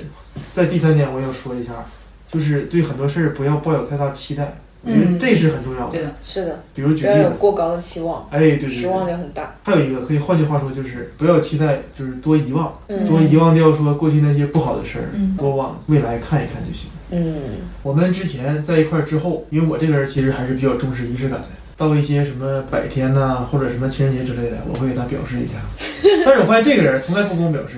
[SPEAKER 3] 在第三点我要说一下，就是对很多事儿不要抱有太大期待，我觉得
[SPEAKER 4] 嗯
[SPEAKER 3] 这是很重要的
[SPEAKER 4] 对。
[SPEAKER 1] 是的，
[SPEAKER 3] 比如
[SPEAKER 1] 不
[SPEAKER 3] 举
[SPEAKER 1] 要
[SPEAKER 3] 例
[SPEAKER 1] 有
[SPEAKER 3] 子，
[SPEAKER 1] 过高的期望，
[SPEAKER 3] 哎，对对
[SPEAKER 1] 失
[SPEAKER 3] 对
[SPEAKER 1] 望，就很大。
[SPEAKER 3] 还有一个可以，换句话说就是不要期待，就是多遗忘。多
[SPEAKER 1] 嗯
[SPEAKER 3] 遗忘掉说过去那些不好的事儿，
[SPEAKER 4] 嗯
[SPEAKER 3] 多往未来看一看就行。
[SPEAKER 1] 嗯
[SPEAKER 3] 我们之前在一块儿之后，因为我这个人其实还是比较重视仪式感的，到一些什么百天呐、或者什么情人节之类的，我会给他表示 一下。但是我发现这个人从来不跟我表示。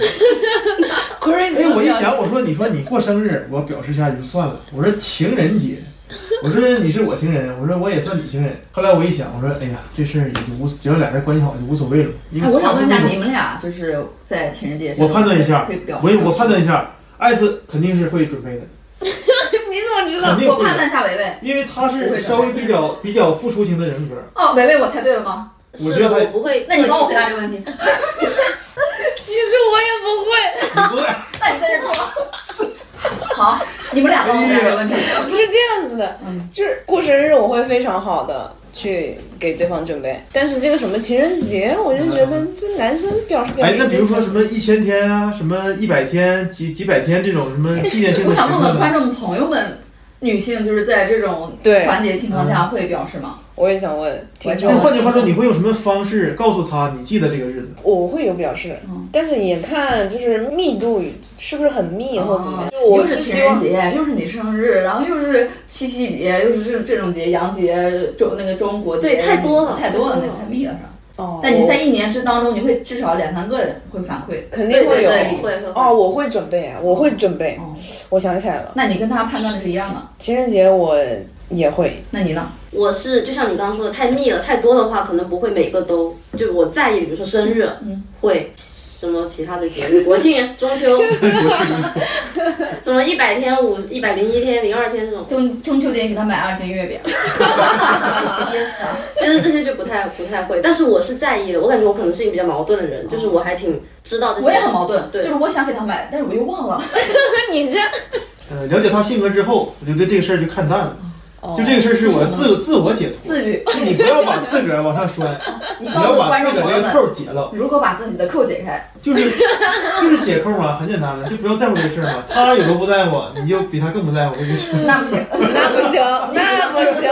[SPEAKER 1] ，crazy，
[SPEAKER 3] 哎，我一想，我说你说你过生日，我表示一下也就算了。我说情人节，我说你是我情人，我说我也算你情人。后来我一想，我说哎呀，这事儿也就无，只要俩人关系好就无所谓了。因为
[SPEAKER 4] 哎，我想问一下，
[SPEAKER 3] 他
[SPEAKER 4] 你们俩就是在情人节这
[SPEAKER 3] 我
[SPEAKER 4] 种，
[SPEAKER 3] 判断一下
[SPEAKER 4] 会表，
[SPEAKER 3] 我
[SPEAKER 4] 示
[SPEAKER 3] 我判断一下，艾斯肯定是会准备的，
[SPEAKER 1] 你怎么知
[SPEAKER 3] 肯
[SPEAKER 1] 道？
[SPEAKER 3] 定
[SPEAKER 4] 我
[SPEAKER 3] 会
[SPEAKER 4] 判
[SPEAKER 3] 的，
[SPEAKER 4] 断一下维维。
[SPEAKER 3] 因为他是稍微比较比较付出型的人格。
[SPEAKER 4] 哦，维维，我猜对了吗？
[SPEAKER 3] 我
[SPEAKER 5] 是
[SPEAKER 3] 觉得
[SPEAKER 5] 的，
[SPEAKER 3] 他
[SPEAKER 5] 我不会。
[SPEAKER 4] 那你帮我回答这个问题。
[SPEAKER 1] 其实我也不会，
[SPEAKER 3] 你过来，
[SPEAKER 4] 那你在这坐。好，你们俩帮我回答这个问题。
[SPEAKER 1] 是这样子的，
[SPEAKER 3] 嗯
[SPEAKER 1] 就是过生日我会非常好的去给对方准备，但是这个什么情人节，我就觉得这男生表示表示
[SPEAKER 3] 嗯哎，那比如说
[SPEAKER 1] 就行
[SPEAKER 3] 什么一千天啊，什么一百天、几几百天这种什么纪念性
[SPEAKER 4] 我
[SPEAKER 3] 的时
[SPEAKER 4] 想问
[SPEAKER 3] 刻
[SPEAKER 4] 问观
[SPEAKER 3] 呢？
[SPEAKER 4] 众朋友们，女性就是在这种
[SPEAKER 1] 对
[SPEAKER 4] 环节情况下会表示吗？
[SPEAKER 1] 我也想问听
[SPEAKER 3] 就
[SPEAKER 1] 众
[SPEAKER 3] 是，换句话说，你会用什么方式告诉他你记得这个日子？
[SPEAKER 1] 我会有表示
[SPEAKER 4] 嗯，
[SPEAKER 1] 但是也看就是密度是不是很密或者怎
[SPEAKER 3] 哦
[SPEAKER 1] 么样，就我
[SPEAKER 4] 啊又
[SPEAKER 1] 是
[SPEAKER 4] 是
[SPEAKER 1] 希
[SPEAKER 4] 情人
[SPEAKER 1] 望。
[SPEAKER 4] 节，又是你生日，然后又是七夕节，又是这这种节，洋节、中那个中国节，
[SPEAKER 5] 对太多了
[SPEAKER 4] 太多了，那
[SPEAKER 5] 太多
[SPEAKER 4] 个
[SPEAKER 5] 了
[SPEAKER 4] 太密了，是吧？
[SPEAKER 1] 哦，
[SPEAKER 4] 但你在一年之当中，你会至少两三个人会反馈。
[SPEAKER 1] 肯定
[SPEAKER 5] 对
[SPEAKER 1] 会
[SPEAKER 5] 对
[SPEAKER 1] 有
[SPEAKER 5] 对，会会
[SPEAKER 1] 哦，我会准备啊，我会准备。
[SPEAKER 4] 哦，
[SPEAKER 1] 我想起来了，
[SPEAKER 4] 那你跟他判断的是一样的。
[SPEAKER 1] 情人节我也会，
[SPEAKER 4] 那你呢？
[SPEAKER 5] 我是就像你刚刚说的，太密了，太多的话，可能不会每个都就我在意，比如说生日，
[SPEAKER 4] 嗯
[SPEAKER 5] 会什么其他的节日，国庆、中 秋，什么一百天、五一百零一天、零二天这种，
[SPEAKER 4] 中中秋节给他买二斤月饼。 噎死他。
[SPEAKER 5] 其实这些就不太不太会。但是我是在意的，我感觉我可能是一个比较矛盾的人，就是我还挺知道这
[SPEAKER 4] 哦
[SPEAKER 5] 些，
[SPEAKER 4] 我也很矛盾，
[SPEAKER 5] 对
[SPEAKER 4] 就是我想给他买，但是我又忘了。
[SPEAKER 1] 那你这
[SPEAKER 3] 呃，了解他性格之后，我觉得这个事儿就看淡了。
[SPEAKER 4] 哦
[SPEAKER 3] 就这个事儿是我自自我解脱，
[SPEAKER 4] 自律，
[SPEAKER 3] 就你不要把自个儿往上拴， 你
[SPEAKER 4] 你告
[SPEAKER 3] 要
[SPEAKER 4] 诉
[SPEAKER 3] 把
[SPEAKER 4] 观
[SPEAKER 3] 自
[SPEAKER 4] 众
[SPEAKER 3] 个儿
[SPEAKER 4] 朋
[SPEAKER 3] 这个
[SPEAKER 4] 友们，
[SPEAKER 3] 扣儿解了，
[SPEAKER 4] 如何把自己的扣解开？
[SPEAKER 3] 就是就是解扣嘛，很简单的，就不要在乎这个事儿嘛。他有多不在乎，你就比他更不在乎，我跟你说，
[SPEAKER 4] 那不
[SPEAKER 3] 嗯
[SPEAKER 4] 行，
[SPEAKER 1] 那不行，那不行。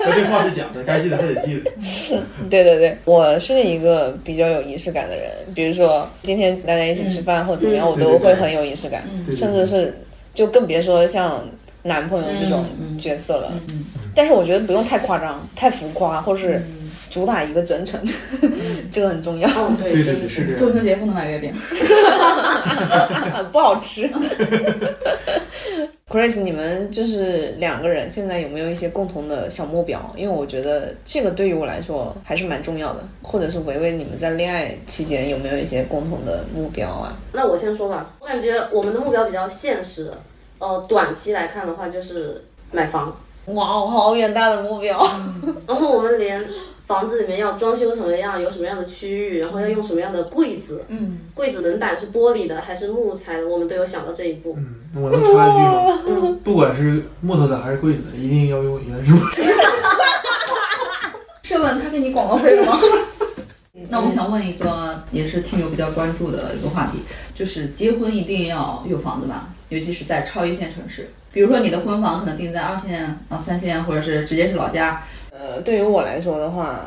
[SPEAKER 3] 我 这话是讲的，该记得还得记得。
[SPEAKER 1] 对对对，我是一个比较有仪式感的人，比如说今天大家一起吃饭或怎么样，
[SPEAKER 5] 嗯
[SPEAKER 1] 我都会很有仪式感，
[SPEAKER 4] 嗯
[SPEAKER 3] 对对对
[SPEAKER 1] 甚至是就更别说像男朋友这种
[SPEAKER 4] 嗯嗯
[SPEAKER 1] 角色了。
[SPEAKER 4] 嗯
[SPEAKER 1] 但是我觉得不用太夸张、太浮夸，或是
[SPEAKER 4] 嗯
[SPEAKER 1] 主打一个真诚， 这个很重要。
[SPEAKER 5] 哦，对，
[SPEAKER 3] 对对
[SPEAKER 5] 真
[SPEAKER 3] 对，
[SPEAKER 5] 的
[SPEAKER 3] 是这
[SPEAKER 4] 中
[SPEAKER 3] 样。
[SPEAKER 4] 秋节不能买月饼，
[SPEAKER 1] 不好吃。Chris，你们就是两个人，现在有没有一些共同的小目标？因为我觉得这个对于我来说还是蛮重要的。或者是维维，你们在恋爱期间有没有一些共同的目标啊？
[SPEAKER 5] 那我先说吧，我感觉我们的目标比较现实，呃，短期来看的话就是买房。
[SPEAKER 1] 哇，好远大的目标！
[SPEAKER 5] 然后我们连房子里面要装修什么样，有什么样的区域，然后要用什么样的柜子，
[SPEAKER 4] 嗯，
[SPEAKER 5] 柜子门板是玻璃的还是木材的，我们都有想到这一步。
[SPEAKER 3] 嗯，我能插一句吗？ 不管是木头的还是柜子的，一定要用原木。
[SPEAKER 4] 试问他给你广告费了吗？那我想问一个，也是听友比较关注的一个话题，就是结婚一定要有房子吧，尤其是在超一线城市。比如说你的婚房可能定在二线啊、三线，或者是直接是老家，
[SPEAKER 1] 呃，对于我来说的话，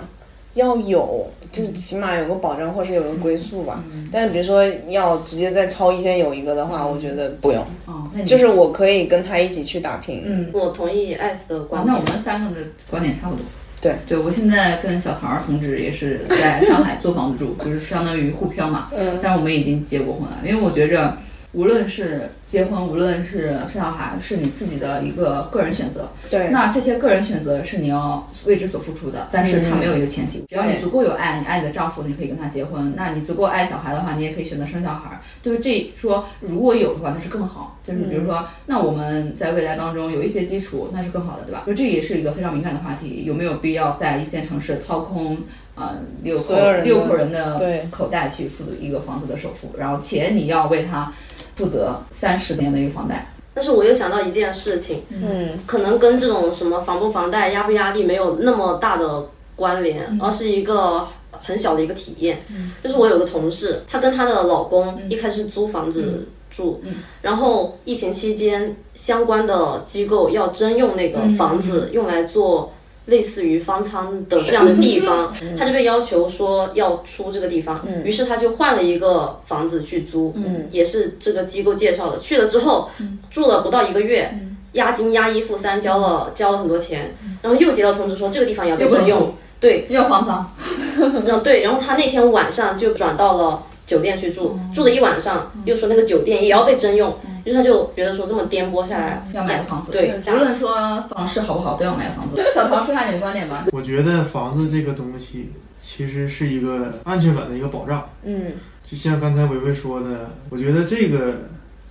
[SPEAKER 1] 要有就是起码有个保障，或是有个归宿吧。但是比如说要直接在超一线有一个的话，我觉得不用，
[SPEAKER 4] 哦，那你
[SPEAKER 1] 就是我可以跟他一起去打拼。
[SPEAKER 4] 嗯，
[SPEAKER 5] 我同意 S 的
[SPEAKER 4] 哇
[SPEAKER 5] 观
[SPEAKER 4] 那
[SPEAKER 5] 点
[SPEAKER 4] 我。们三个的观点差不多。
[SPEAKER 1] 对，
[SPEAKER 4] 对我现在跟小唐儿同志也是在上海租房子住， 就是相当于沪漂嘛。
[SPEAKER 1] 嗯
[SPEAKER 4] 但我们已经结过婚了，因为我觉着，无论是结婚，无论是生小孩，是你自己的一个个人选择。
[SPEAKER 1] 对，
[SPEAKER 4] 那这些个人选择是你要为之所付出的，但是它
[SPEAKER 1] 嗯
[SPEAKER 4] 没有一个前提，只要
[SPEAKER 1] 对
[SPEAKER 4] 你足够有爱，你爱你的丈夫，你可以跟他结婚；那你足够爱小孩的话，你也可以选择生小孩。就是这说，如果有的话，那是更好。就是
[SPEAKER 1] 嗯
[SPEAKER 4] 比如说，那我们在未来当中有一些基础，那是更好的，对吧？就这也是一个非常敏感的话题，有没有必要在一线城市掏空？呃，六口
[SPEAKER 1] 所有人的
[SPEAKER 4] 六口人的
[SPEAKER 1] 对
[SPEAKER 4] 口袋去付一个房子的首付，然后且你要为他负责三十年的一个房贷，
[SPEAKER 5] 但是我又想到一件事情，
[SPEAKER 1] 嗯，
[SPEAKER 5] 可能跟这种什么房不房贷、压不压力没有那么大的关联，而是一个很小的一个体验。就是我有个同事，她跟她的老公一开始租房子住，然后疫情期间相关的机构要征用那个房子用来做。类似于方舱的这样的地方，她就被要求说要出这个地方，于是她就换了一个房子去租，也是这个机构介绍的。去了之后，住了不到一个月，
[SPEAKER 4] 嗯
[SPEAKER 5] 押金、押一付三，交了交了很多钱，然后又接到通知说这个地方也要被
[SPEAKER 4] 又不能
[SPEAKER 5] 征用
[SPEAKER 4] 住，
[SPEAKER 5] 对，
[SPEAKER 4] 要房房。嗯
[SPEAKER 5] 然后对，然后他那天晚上就转到了酒店去住，
[SPEAKER 4] 嗯
[SPEAKER 5] 住了一晚上，又说那个酒店也要被征用，于是他就觉得说这么颠簸下来，
[SPEAKER 4] 要买个房子，
[SPEAKER 5] 对
[SPEAKER 4] 无论说房市好不好，都要买个房子。小唐说一下你的观点吧。
[SPEAKER 3] 我觉得房子这个东西其实是一个安全感的一个保障。
[SPEAKER 1] 嗯，
[SPEAKER 3] 就像刚才维维说的，我觉得这个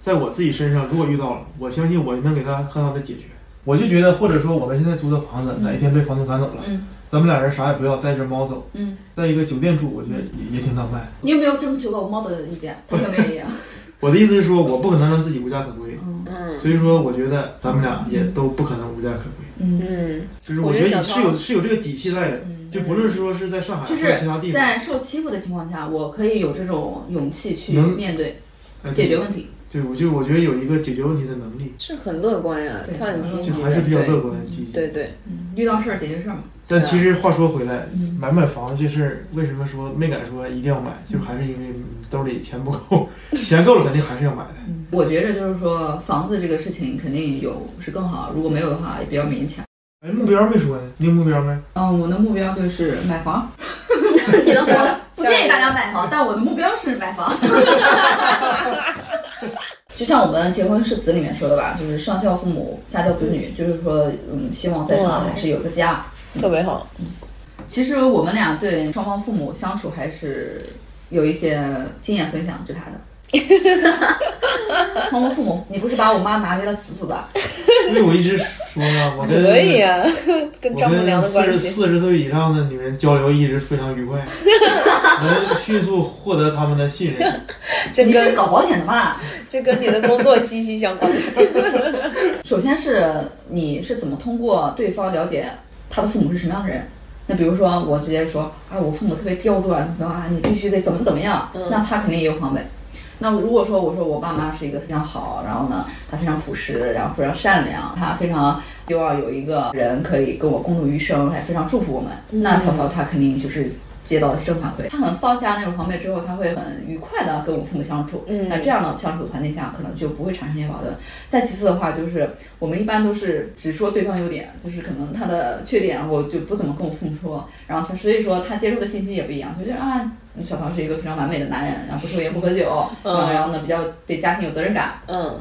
[SPEAKER 3] 在我自己身上，如果遇到了，我相信我能给他很好的解决。我就觉得，或者说我们现在租的房子，哪一天被房东赶走了，
[SPEAKER 4] 嗯
[SPEAKER 3] 咱们俩人啥也不要，带只猫走，
[SPEAKER 4] 嗯，
[SPEAKER 3] 在一个酒店住，我觉得也也挺浪漫。
[SPEAKER 4] 你有没有征求过猫的意见？他没有意见。
[SPEAKER 3] 我的意思是说，我不可能让自己无家可归，
[SPEAKER 1] 嗯
[SPEAKER 3] 所以说我觉得咱们俩也都不可能无家可归。
[SPEAKER 1] 嗯，
[SPEAKER 3] 就是
[SPEAKER 1] 我
[SPEAKER 3] 我
[SPEAKER 1] 觉
[SPEAKER 3] 觉
[SPEAKER 1] 得
[SPEAKER 3] 得你
[SPEAKER 1] 小
[SPEAKER 3] 是有是有这个底气在的，
[SPEAKER 4] 嗯
[SPEAKER 3] 就不论说是在上海
[SPEAKER 4] 就
[SPEAKER 3] 或
[SPEAKER 4] 是
[SPEAKER 3] 者其他地方，哎
[SPEAKER 4] 在受欺负的情况下，我可以有这种勇气去
[SPEAKER 3] 能
[SPEAKER 4] 面对、
[SPEAKER 3] 哎
[SPEAKER 4] 解决问题。
[SPEAKER 3] 对，我就我觉得有一个解决问题的能力，
[SPEAKER 1] 是很乐观呀、
[SPEAKER 4] 对
[SPEAKER 1] 他很积
[SPEAKER 3] 就
[SPEAKER 1] 极
[SPEAKER 3] 还是
[SPEAKER 1] 的，
[SPEAKER 3] 比较乐
[SPEAKER 1] 对
[SPEAKER 3] 观的积极。
[SPEAKER 1] 对对，
[SPEAKER 4] 遇到事儿解决事儿嘛。
[SPEAKER 1] 啊
[SPEAKER 3] 但其实话说回来，
[SPEAKER 4] 嗯
[SPEAKER 3] 买不买房这事儿，为什么说没敢说一定要买，就还是因为兜里钱不够， 钱够了肯定还是要买的。
[SPEAKER 4] 嗯我觉着就是说，房子这个事情肯定有是更好，如果没有的话也比较勉强。
[SPEAKER 3] 哎，目标没说呢，你有目标没？
[SPEAKER 4] 嗯，我的目标就是买 房。
[SPEAKER 5] 你 的房
[SPEAKER 4] 我不建议大家买房，但我的目标是买房。 就像我们结婚誓词里面说的吧，就是上孝父母，下孝子女，就是说，嗯，希望在上海还是有个家。
[SPEAKER 1] 特别好。
[SPEAKER 4] 其实我们俩对双方父母相处还是有一些经验分享之 谈的。双方父母，你不是把我妈拿捏的死死的？
[SPEAKER 3] 因为我一直说呢，我跟
[SPEAKER 1] 可以呀、跟丈母娘的
[SPEAKER 3] 我
[SPEAKER 1] 关
[SPEAKER 3] 跟
[SPEAKER 1] 系，
[SPEAKER 3] 四十岁以上的女人交流一直非常愉 快，能迅速获得她们的信任。
[SPEAKER 1] 这
[SPEAKER 4] 你是
[SPEAKER 1] 跟
[SPEAKER 4] 搞保险的吧？
[SPEAKER 1] 这跟你的工作息息相关。
[SPEAKER 4] 首先是你是怎么通过对方了解他的父母是什么样的人？那比如说我直接说啊，我父母特别刁钻，你啊，你必须得怎么怎么样，那他肯定也有防备。那如果说我说我爸妈是一个非常好，然后呢，他非常朴实，然后非常善良，他非常希望有一个人可以跟我共度余生，还非常祝福我们，那小乔他肯定就是接到的是正反馈，他可能放下那种防备之后，他会很愉快的跟我父母相处。
[SPEAKER 1] 嗯
[SPEAKER 4] 那这样的相处环境下，可能就不会产生一些矛盾。再其次的话，就是我们一般都是只说对方优点，就是可能他的缺点我就不怎么跟我父母说，然后他所以说他接受的信息也不一样，就觉得啊，小唐是一个非常完美的男人，然后不抽烟不喝酒，
[SPEAKER 1] 嗯
[SPEAKER 4] 然后然后呢比较对家庭有责任感，
[SPEAKER 1] 嗯，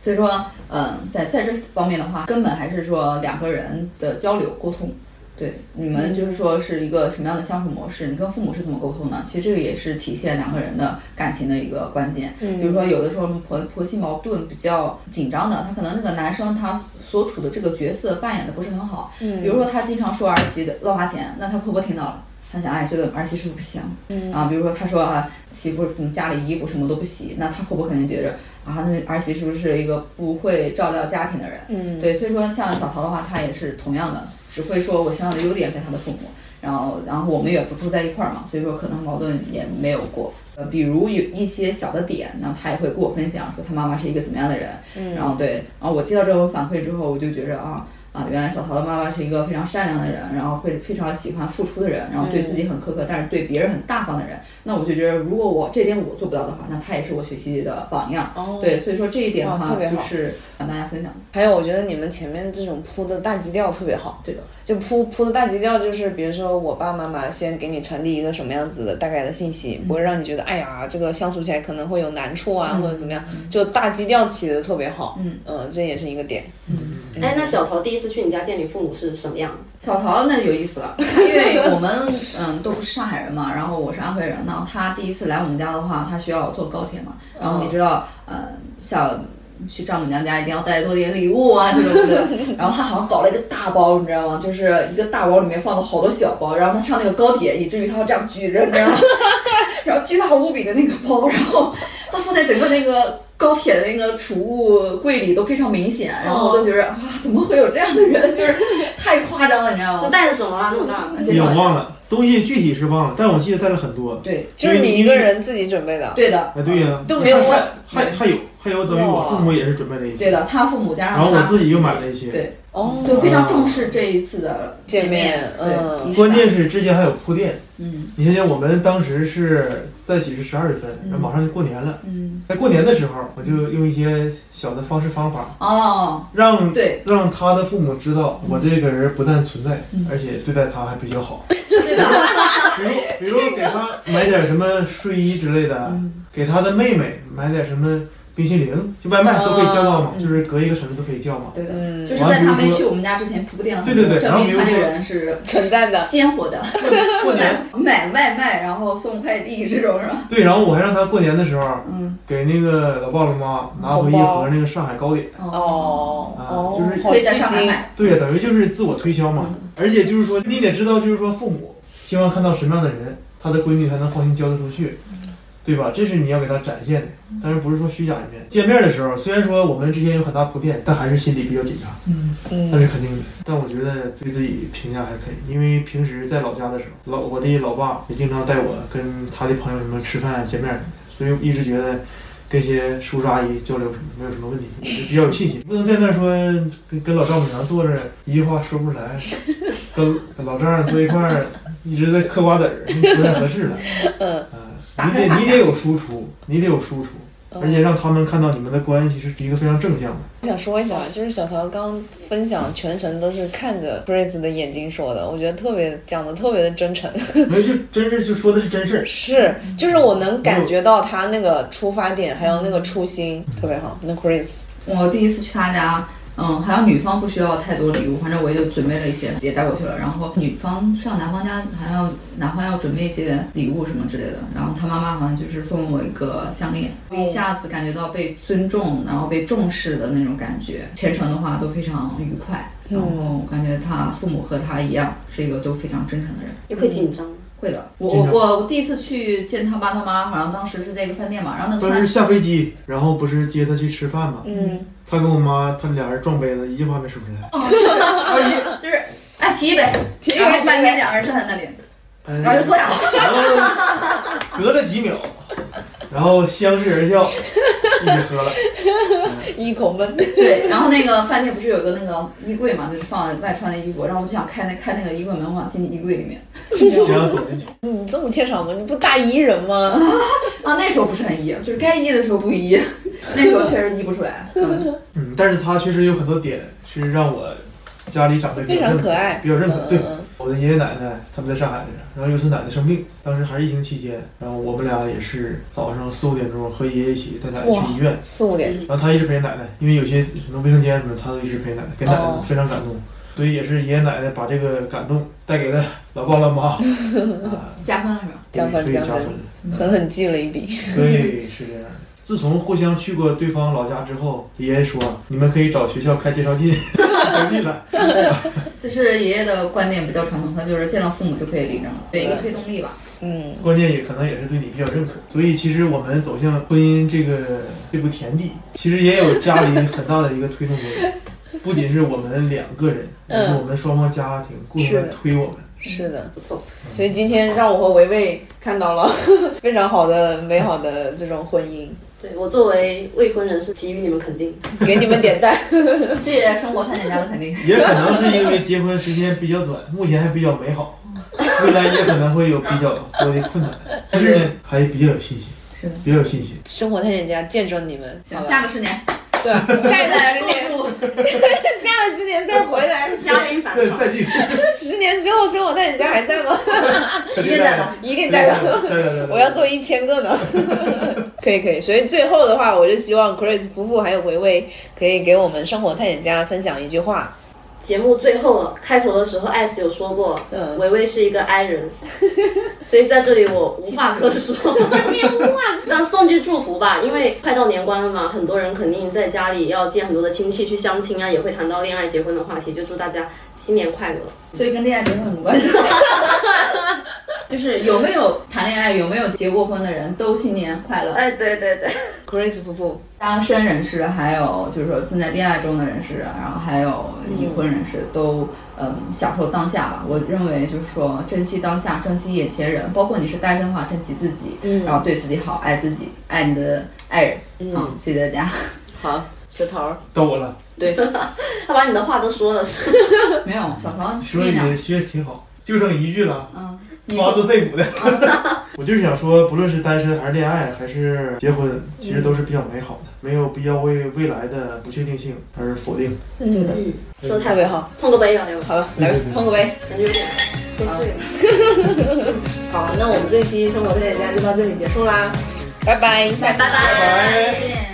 [SPEAKER 4] 所以说，嗯，在在这方面的话，根本还是说两个人的交流沟通。对，你们就是说是一个什么样的相处模式？你跟父母是怎么沟通的？其实这个也是体现两个人的感情的一个关键。
[SPEAKER 1] 嗯
[SPEAKER 4] 比如说有的时候婆婆媳矛盾比较紧张的，他可能那个男生他所处的这个角色扮演的不是很好。
[SPEAKER 1] 嗯
[SPEAKER 4] 比如说他经常说儿媳的乱花钱，那他婆婆听到了。她想，哎，这个儿媳是不是不行？嗯啊，比如说她说啊，媳妇嗯家里衣服什么都不洗，那她婆婆肯定觉着啊，那儿媳是不是一个不会照料家庭的人？
[SPEAKER 1] 嗯
[SPEAKER 4] 对，所以说像小桃的话，她也是同样的，只会说我想要的优点给她的父母，然后然后我们也不住在一块儿嘛，所以说可能矛盾也没有过。呃，比如有一些小的点，然后他也会跟我分享说他妈妈是一个怎么样的人，
[SPEAKER 1] 嗯
[SPEAKER 4] 然后对，然后我接到这种反馈之后，我就觉着啊啊，原来小桃的妈妈是一个非常善良的人，然后会非常喜欢付出的人，然后对
[SPEAKER 1] 嗯
[SPEAKER 4] 自己很苛刻，但是对别人很大方的人。那我就觉得，如果我这点我做不到的话，那他也是我学习的榜样。
[SPEAKER 1] 哦
[SPEAKER 4] 对，所以说这一点的
[SPEAKER 1] 哇
[SPEAKER 4] 话
[SPEAKER 1] 特别，好
[SPEAKER 4] 就是跟大家分享。
[SPEAKER 1] 还有，我觉得你们前面这种铺的大基调特别好，
[SPEAKER 4] 对的，
[SPEAKER 1] 就铺铺的大基调就是，比如说我爸妈妈先给你传递一个什么样子的大概的信息，不会让你觉得哎呀，这个相处起来可能会有难处啊，或者怎么样，就大基调起的特别好，
[SPEAKER 4] 嗯
[SPEAKER 1] 呃，这也是一个点，
[SPEAKER 5] 哎，那小桃第一次去你家见你父母是什么样？
[SPEAKER 4] 小桃那就有意思了，因为我们嗯都不是上海人嘛，然后我是安徽人，然后他第一次来我们家的话，他需要坐高铁嘛，然后你知道，呃，像去丈母娘家一定要带多点礼物啊这种的，然后他好像搞了一个大包，你知道吗？就是一个大包里面放了好多小包，然后他上那个高铁，以至于他要这样举着，你知道吗？然后巨大无比的那个包，然后它放在整个那个高铁的那个储物柜里都非常明显，然后我都觉得啊，怎么会有这样的人？就是太夸张了，你知道
[SPEAKER 5] 那
[SPEAKER 4] 吗？
[SPEAKER 5] 带着什么啊？那么大？
[SPEAKER 4] 介
[SPEAKER 3] 也
[SPEAKER 4] 绍一下
[SPEAKER 3] 忘了东西具体是忘了，但我记得带了很多。
[SPEAKER 4] 对
[SPEAKER 1] 就是你一个人自己准备的，
[SPEAKER 4] 对的，
[SPEAKER 3] 哎，对呀、
[SPEAKER 1] 都没有
[SPEAKER 3] 还
[SPEAKER 1] 问
[SPEAKER 3] 还还还有还有等于我父母也是准备了一些，
[SPEAKER 4] 对的，他父母加上
[SPEAKER 3] 然后我
[SPEAKER 4] 他
[SPEAKER 3] 自己又买了一些。
[SPEAKER 4] 对，
[SPEAKER 1] 哦，
[SPEAKER 4] 就非常重视这一次的
[SPEAKER 1] 见面
[SPEAKER 4] 面，
[SPEAKER 1] 嗯
[SPEAKER 4] 对，仪式
[SPEAKER 3] 关键
[SPEAKER 4] 感
[SPEAKER 3] 是之前还有铺垫，
[SPEAKER 4] 嗯
[SPEAKER 3] 你想想我们当时是在一起是十二月份，然后马上就过年了。
[SPEAKER 4] 嗯
[SPEAKER 3] 在过年的时候，我就用一些小的方式方法，
[SPEAKER 4] 哦，
[SPEAKER 3] 让
[SPEAKER 4] 对
[SPEAKER 3] 让他的父母知道我这个人不但存在，
[SPEAKER 4] 嗯啊
[SPEAKER 3] 而且对待他还比较好。
[SPEAKER 4] 对的，
[SPEAKER 3] 比 如比如给他买点什么睡衣之类的，
[SPEAKER 4] 嗯
[SPEAKER 3] 给他的妹妹买点什么冰淇淋，就外卖都可以叫到嘛，
[SPEAKER 4] 嗯
[SPEAKER 3] 就是隔一个省市都可以叫嘛。
[SPEAKER 4] 对的。
[SPEAKER 1] 嗯
[SPEAKER 4] 就，是在他没去我们家之前铺垫了很
[SPEAKER 3] 对对
[SPEAKER 4] 多，
[SPEAKER 3] 对然
[SPEAKER 4] 证
[SPEAKER 3] 后
[SPEAKER 4] 明
[SPEAKER 3] 比
[SPEAKER 4] 他
[SPEAKER 3] 如
[SPEAKER 4] 这个
[SPEAKER 3] 说
[SPEAKER 4] 人是
[SPEAKER 1] 存在的，
[SPEAKER 4] 鲜活的，
[SPEAKER 3] 过年
[SPEAKER 4] 买买外卖然后送快递这种是吧？
[SPEAKER 3] 对，然后我还让他过年的时候
[SPEAKER 4] 嗯
[SPEAKER 3] 给那个老爸老妈拿回
[SPEAKER 1] 红
[SPEAKER 3] 一
[SPEAKER 1] 包
[SPEAKER 3] 盒那个上海糕点。
[SPEAKER 1] 哦
[SPEAKER 3] 啊
[SPEAKER 1] 哦，
[SPEAKER 3] 就是
[SPEAKER 1] 好
[SPEAKER 4] 会在
[SPEAKER 1] 细
[SPEAKER 4] 上海
[SPEAKER 1] 心，
[SPEAKER 4] 买，
[SPEAKER 3] 对呀，等于就是自我推销嘛。而且就是说，你得知道，就是说父母希望看到什么样的人，他的闺女才能放心交得出去，对吧？这是你要给他展现的，当然不是说虚假一面。见面的时候，虽然说我们之间有很大铺垫，但还是心里比较紧张，
[SPEAKER 4] 嗯
[SPEAKER 3] 那
[SPEAKER 1] 嗯
[SPEAKER 3] 是肯定的。但我觉得对自己评价还可以，因为平时在老家的时候，老我的老爸也经常带我跟他的朋友什么吃饭见面什么的，所以一直觉得。跟一些叔叔阿姨交流什么没有什么问题，我就比较有信心。不能在那说跟跟老丈母娘坐着一句话说不出来，跟跟老丈人坐一块儿一直在嗑瓜子儿，不太合适了。
[SPEAKER 1] 嗯
[SPEAKER 3] 啊，你得你得有输出，你得有输出，而且让他们看到你们的关系是一个非常正向的。
[SPEAKER 1] 我想说一下，就是小桃刚分享全程都是看着 Grace 的眼睛说的，我觉得特别讲的特别的真诚，
[SPEAKER 3] 没有，就真是就说的是真事儿。
[SPEAKER 1] 是，就是我能感觉到他那个出发点，还有那个初心，特别好。那 Grace，
[SPEAKER 4] 我第一次去他家，嗯，好像女方不需要太多礼物，反正我也就准备了一些，也带过去了。然后女方上男方家，好像男方要准备一些礼物什么之类的。然后他妈妈好像就是送我一个项链，我一下子感觉到被尊重，然后被重视的那种感觉。全程的话都非常愉快，然后我感觉他父母和他一样，是一个都非常真诚的人。
[SPEAKER 5] 你会紧张吗？
[SPEAKER 4] 会的，我
[SPEAKER 3] 经常
[SPEAKER 4] 我我第一次去见他爸他妈，好像当时是在一个饭店嘛，然后那个
[SPEAKER 3] 当
[SPEAKER 4] 饭
[SPEAKER 3] 时下飞机，然后不是接他去吃饭嘛，
[SPEAKER 1] 嗯，
[SPEAKER 3] 他跟我妈，他们俩人撞杯子，一句话没说出来。
[SPEAKER 4] 就是哎提一杯，
[SPEAKER 1] 哦提一杯嗯
[SPEAKER 4] 然后半天两个人站在那里，
[SPEAKER 3] 哎
[SPEAKER 4] 然后就坐下了。
[SPEAKER 3] 然后隔了几秒，然后相视而笑，一起喝了。
[SPEAKER 1] 嗯一口闷，
[SPEAKER 4] 对，然后那个饭店不是有一个那个衣柜嘛，就是放外穿的衣服，然后我就想开那开那个衣柜门，我想进衣柜里面。
[SPEAKER 3] 想要躲进去，
[SPEAKER 1] 你这么怯场吗？你不大一人吗？
[SPEAKER 4] 啊，那时候不是很一，就是该一的时候不一， 那时候确实一不出来。嗯，
[SPEAKER 3] 嗯，但是他确实有很多点是让我家里长辈
[SPEAKER 1] 非
[SPEAKER 3] 比较
[SPEAKER 1] 常
[SPEAKER 3] 认可
[SPEAKER 1] 可爱，
[SPEAKER 3] 比较认可。对，
[SPEAKER 1] 嗯
[SPEAKER 3] 我的爷爷奶奶他们在上海这边，然后有次奶奶生病，当时还是疫情期间，然后我们俩也是早上四五点钟和爷爷一起带奶奶去医院，
[SPEAKER 1] 四五点，
[SPEAKER 3] 然后他一直陪奶奶，因为有些什么卫生间什么的，他都一直陪奶奶，给奶
[SPEAKER 1] 哦
[SPEAKER 3] 奶非常感动，所以也是爷爷奶奶把这个感动带给了老爸 老妈，啊，
[SPEAKER 4] 加分了是吧？
[SPEAKER 1] 加分
[SPEAKER 3] 所以
[SPEAKER 1] 加
[SPEAKER 3] 加
[SPEAKER 1] 分
[SPEAKER 3] 分了。
[SPEAKER 1] 狠狠记了一笔。
[SPEAKER 3] 对，是这样。自从互相去过对方老家之后，爷爷说你们可以找学校开介 绍信，登记了。
[SPEAKER 4] 就是爷爷的观念比较传统，他就是见到父母就可以领证了，对一个推动力吧。
[SPEAKER 1] 嗯，
[SPEAKER 3] 关键也可能也是对你比较认可，所以其实我们走向婚姻这个这步田地，其实也有家里很大的一个推动作用。不仅是我们两个人，
[SPEAKER 1] 嗯
[SPEAKER 3] 也是我们双方家庭共同在
[SPEAKER 1] 是
[SPEAKER 3] 推我们。
[SPEAKER 1] 是的，
[SPEAKER 5] 不错。
[SPEAKER 1] 所以今天让我和维维看到了 非常好的、美好的这种婚姻，
[SPEAKER 5] 对我作为未婚人士，给予你们肯定。
[SPEAKER 1] 给你们点赞。
[SPEAKER 4] 谢谢生活探险家的肯定。
[SPEAKER 3] 也可能是因为结婚时间比较短，目前还比较美好，未来也可能会有比较多的困难，但是呢还比较有信心，
[SPEAKER 4] 是的，
[SPEAKER 3] 比较有信心。
[SPEAKER 1] 生活探险家见证你们，
[SPEAKER 4] 行，
[SPEAKER 1] 好吧
[SPEAKER 4] 下个十年，
[SPEAKER 1] 对啊 下一个十年，
[SPEAKER 4] 年，
[SPEAKER 1] 下个十年再回来，
[SPEAKER 5] 相应反
[SPEAKER 3] 再
[SPEAKER 5] 常，
[SPEAKER 3] 再聚，
[SPEAKER 1] 十年之后生活探险家还在吗？
[SPEAKER 4] 现在的
[SPEAKER 1] 一定在
[SPEAKER 3] 再
[SPEAKER 1] 的。
[SPEAKER 3] 聚，再聚，
[SPEAKER 1] 我要做一千个呢。 可以可以，所以最后的话，我就希望 Chris 夫妇还有维维可以给我们生活探险家分享一句话。
[SPEAKER 5] 节目最后了，开头的时候，艾斯有说过，
[SPEAKER 1] 嗯
[SPEAKER 5] 维维是一个 I 人，所以在这里我无话可说，你无话。但送句祝福吧，因为快到年关了嘛，很多人肯定在家里要见很多的亲戚去相亲啊，也会谈到恋爱、结婚的话题，就祝大家新年快乐。
[SPEAKER 4] 所以跟恋爱结婚有什么关系？ 就是有没有谈恋爱、有没有结过婚的人都新年快乐。
[SPEAKER 5] 哎，对对对，
[SPEAKER 1] Chris 夫妇，
[SPEAKER 4] 单身人士，还有就是说正在恋爱中的人士，然后还有已婚人士，都嗯享受当下吧。我认为就是说珍惜当下，珍惜眼前人，包括你是单身的话，珍惜自己，
[SPEAKER 1] 嗯
[SPEAKER 4] 然后对自己好，爱自己，爱你的爱人。啊
[SPEAKER 1] 嗯，，
[SPEAKER 4] 谢谢大家。
[SPEAKER 1] 好，小桃儿，
[SPEAKER 3] 到我了，
[SPEAKER 1] 对，
[SPEAKER 5] 他把你的话都说了，是吧
[SPEAKER 4] 没有小唐
[SPEAKER 3] 说
[SPEAKER 4] 力
[SPEAKER 3] 你
[SPEAKER 4] 量
[SPEAKER 3] 的，学挺好，就剩一句了，
[SPEAKER 4] 嗯，你
[SPEAKER 3] 发自肺腑的。 我就是想说，不论是单身还是恋爱还是结婚，其实都是比较美好的，没有必要为未来的不确定性而否定。
[SPEAKER 1] 嗯，
[SPEAKER 5] 说太
[SPEAKER 1] 特别好。
[SPEAKER 5] 碰个杯吧，要不
[SPEAKER 1] 好了，来吧
[SPEAKER 3] 对对对
[SPEAKER 1] 碰个杯。
[SPEAKER 5] 感觉有点喝醉了。
[SPEAKER 1] 好，那我们这期生活探险家就到这里结束啦，拜拜，下期
[SPEAKER 4] 拜
[SPEAKER 1] 见
[SPEAKER 4] 拜，再见。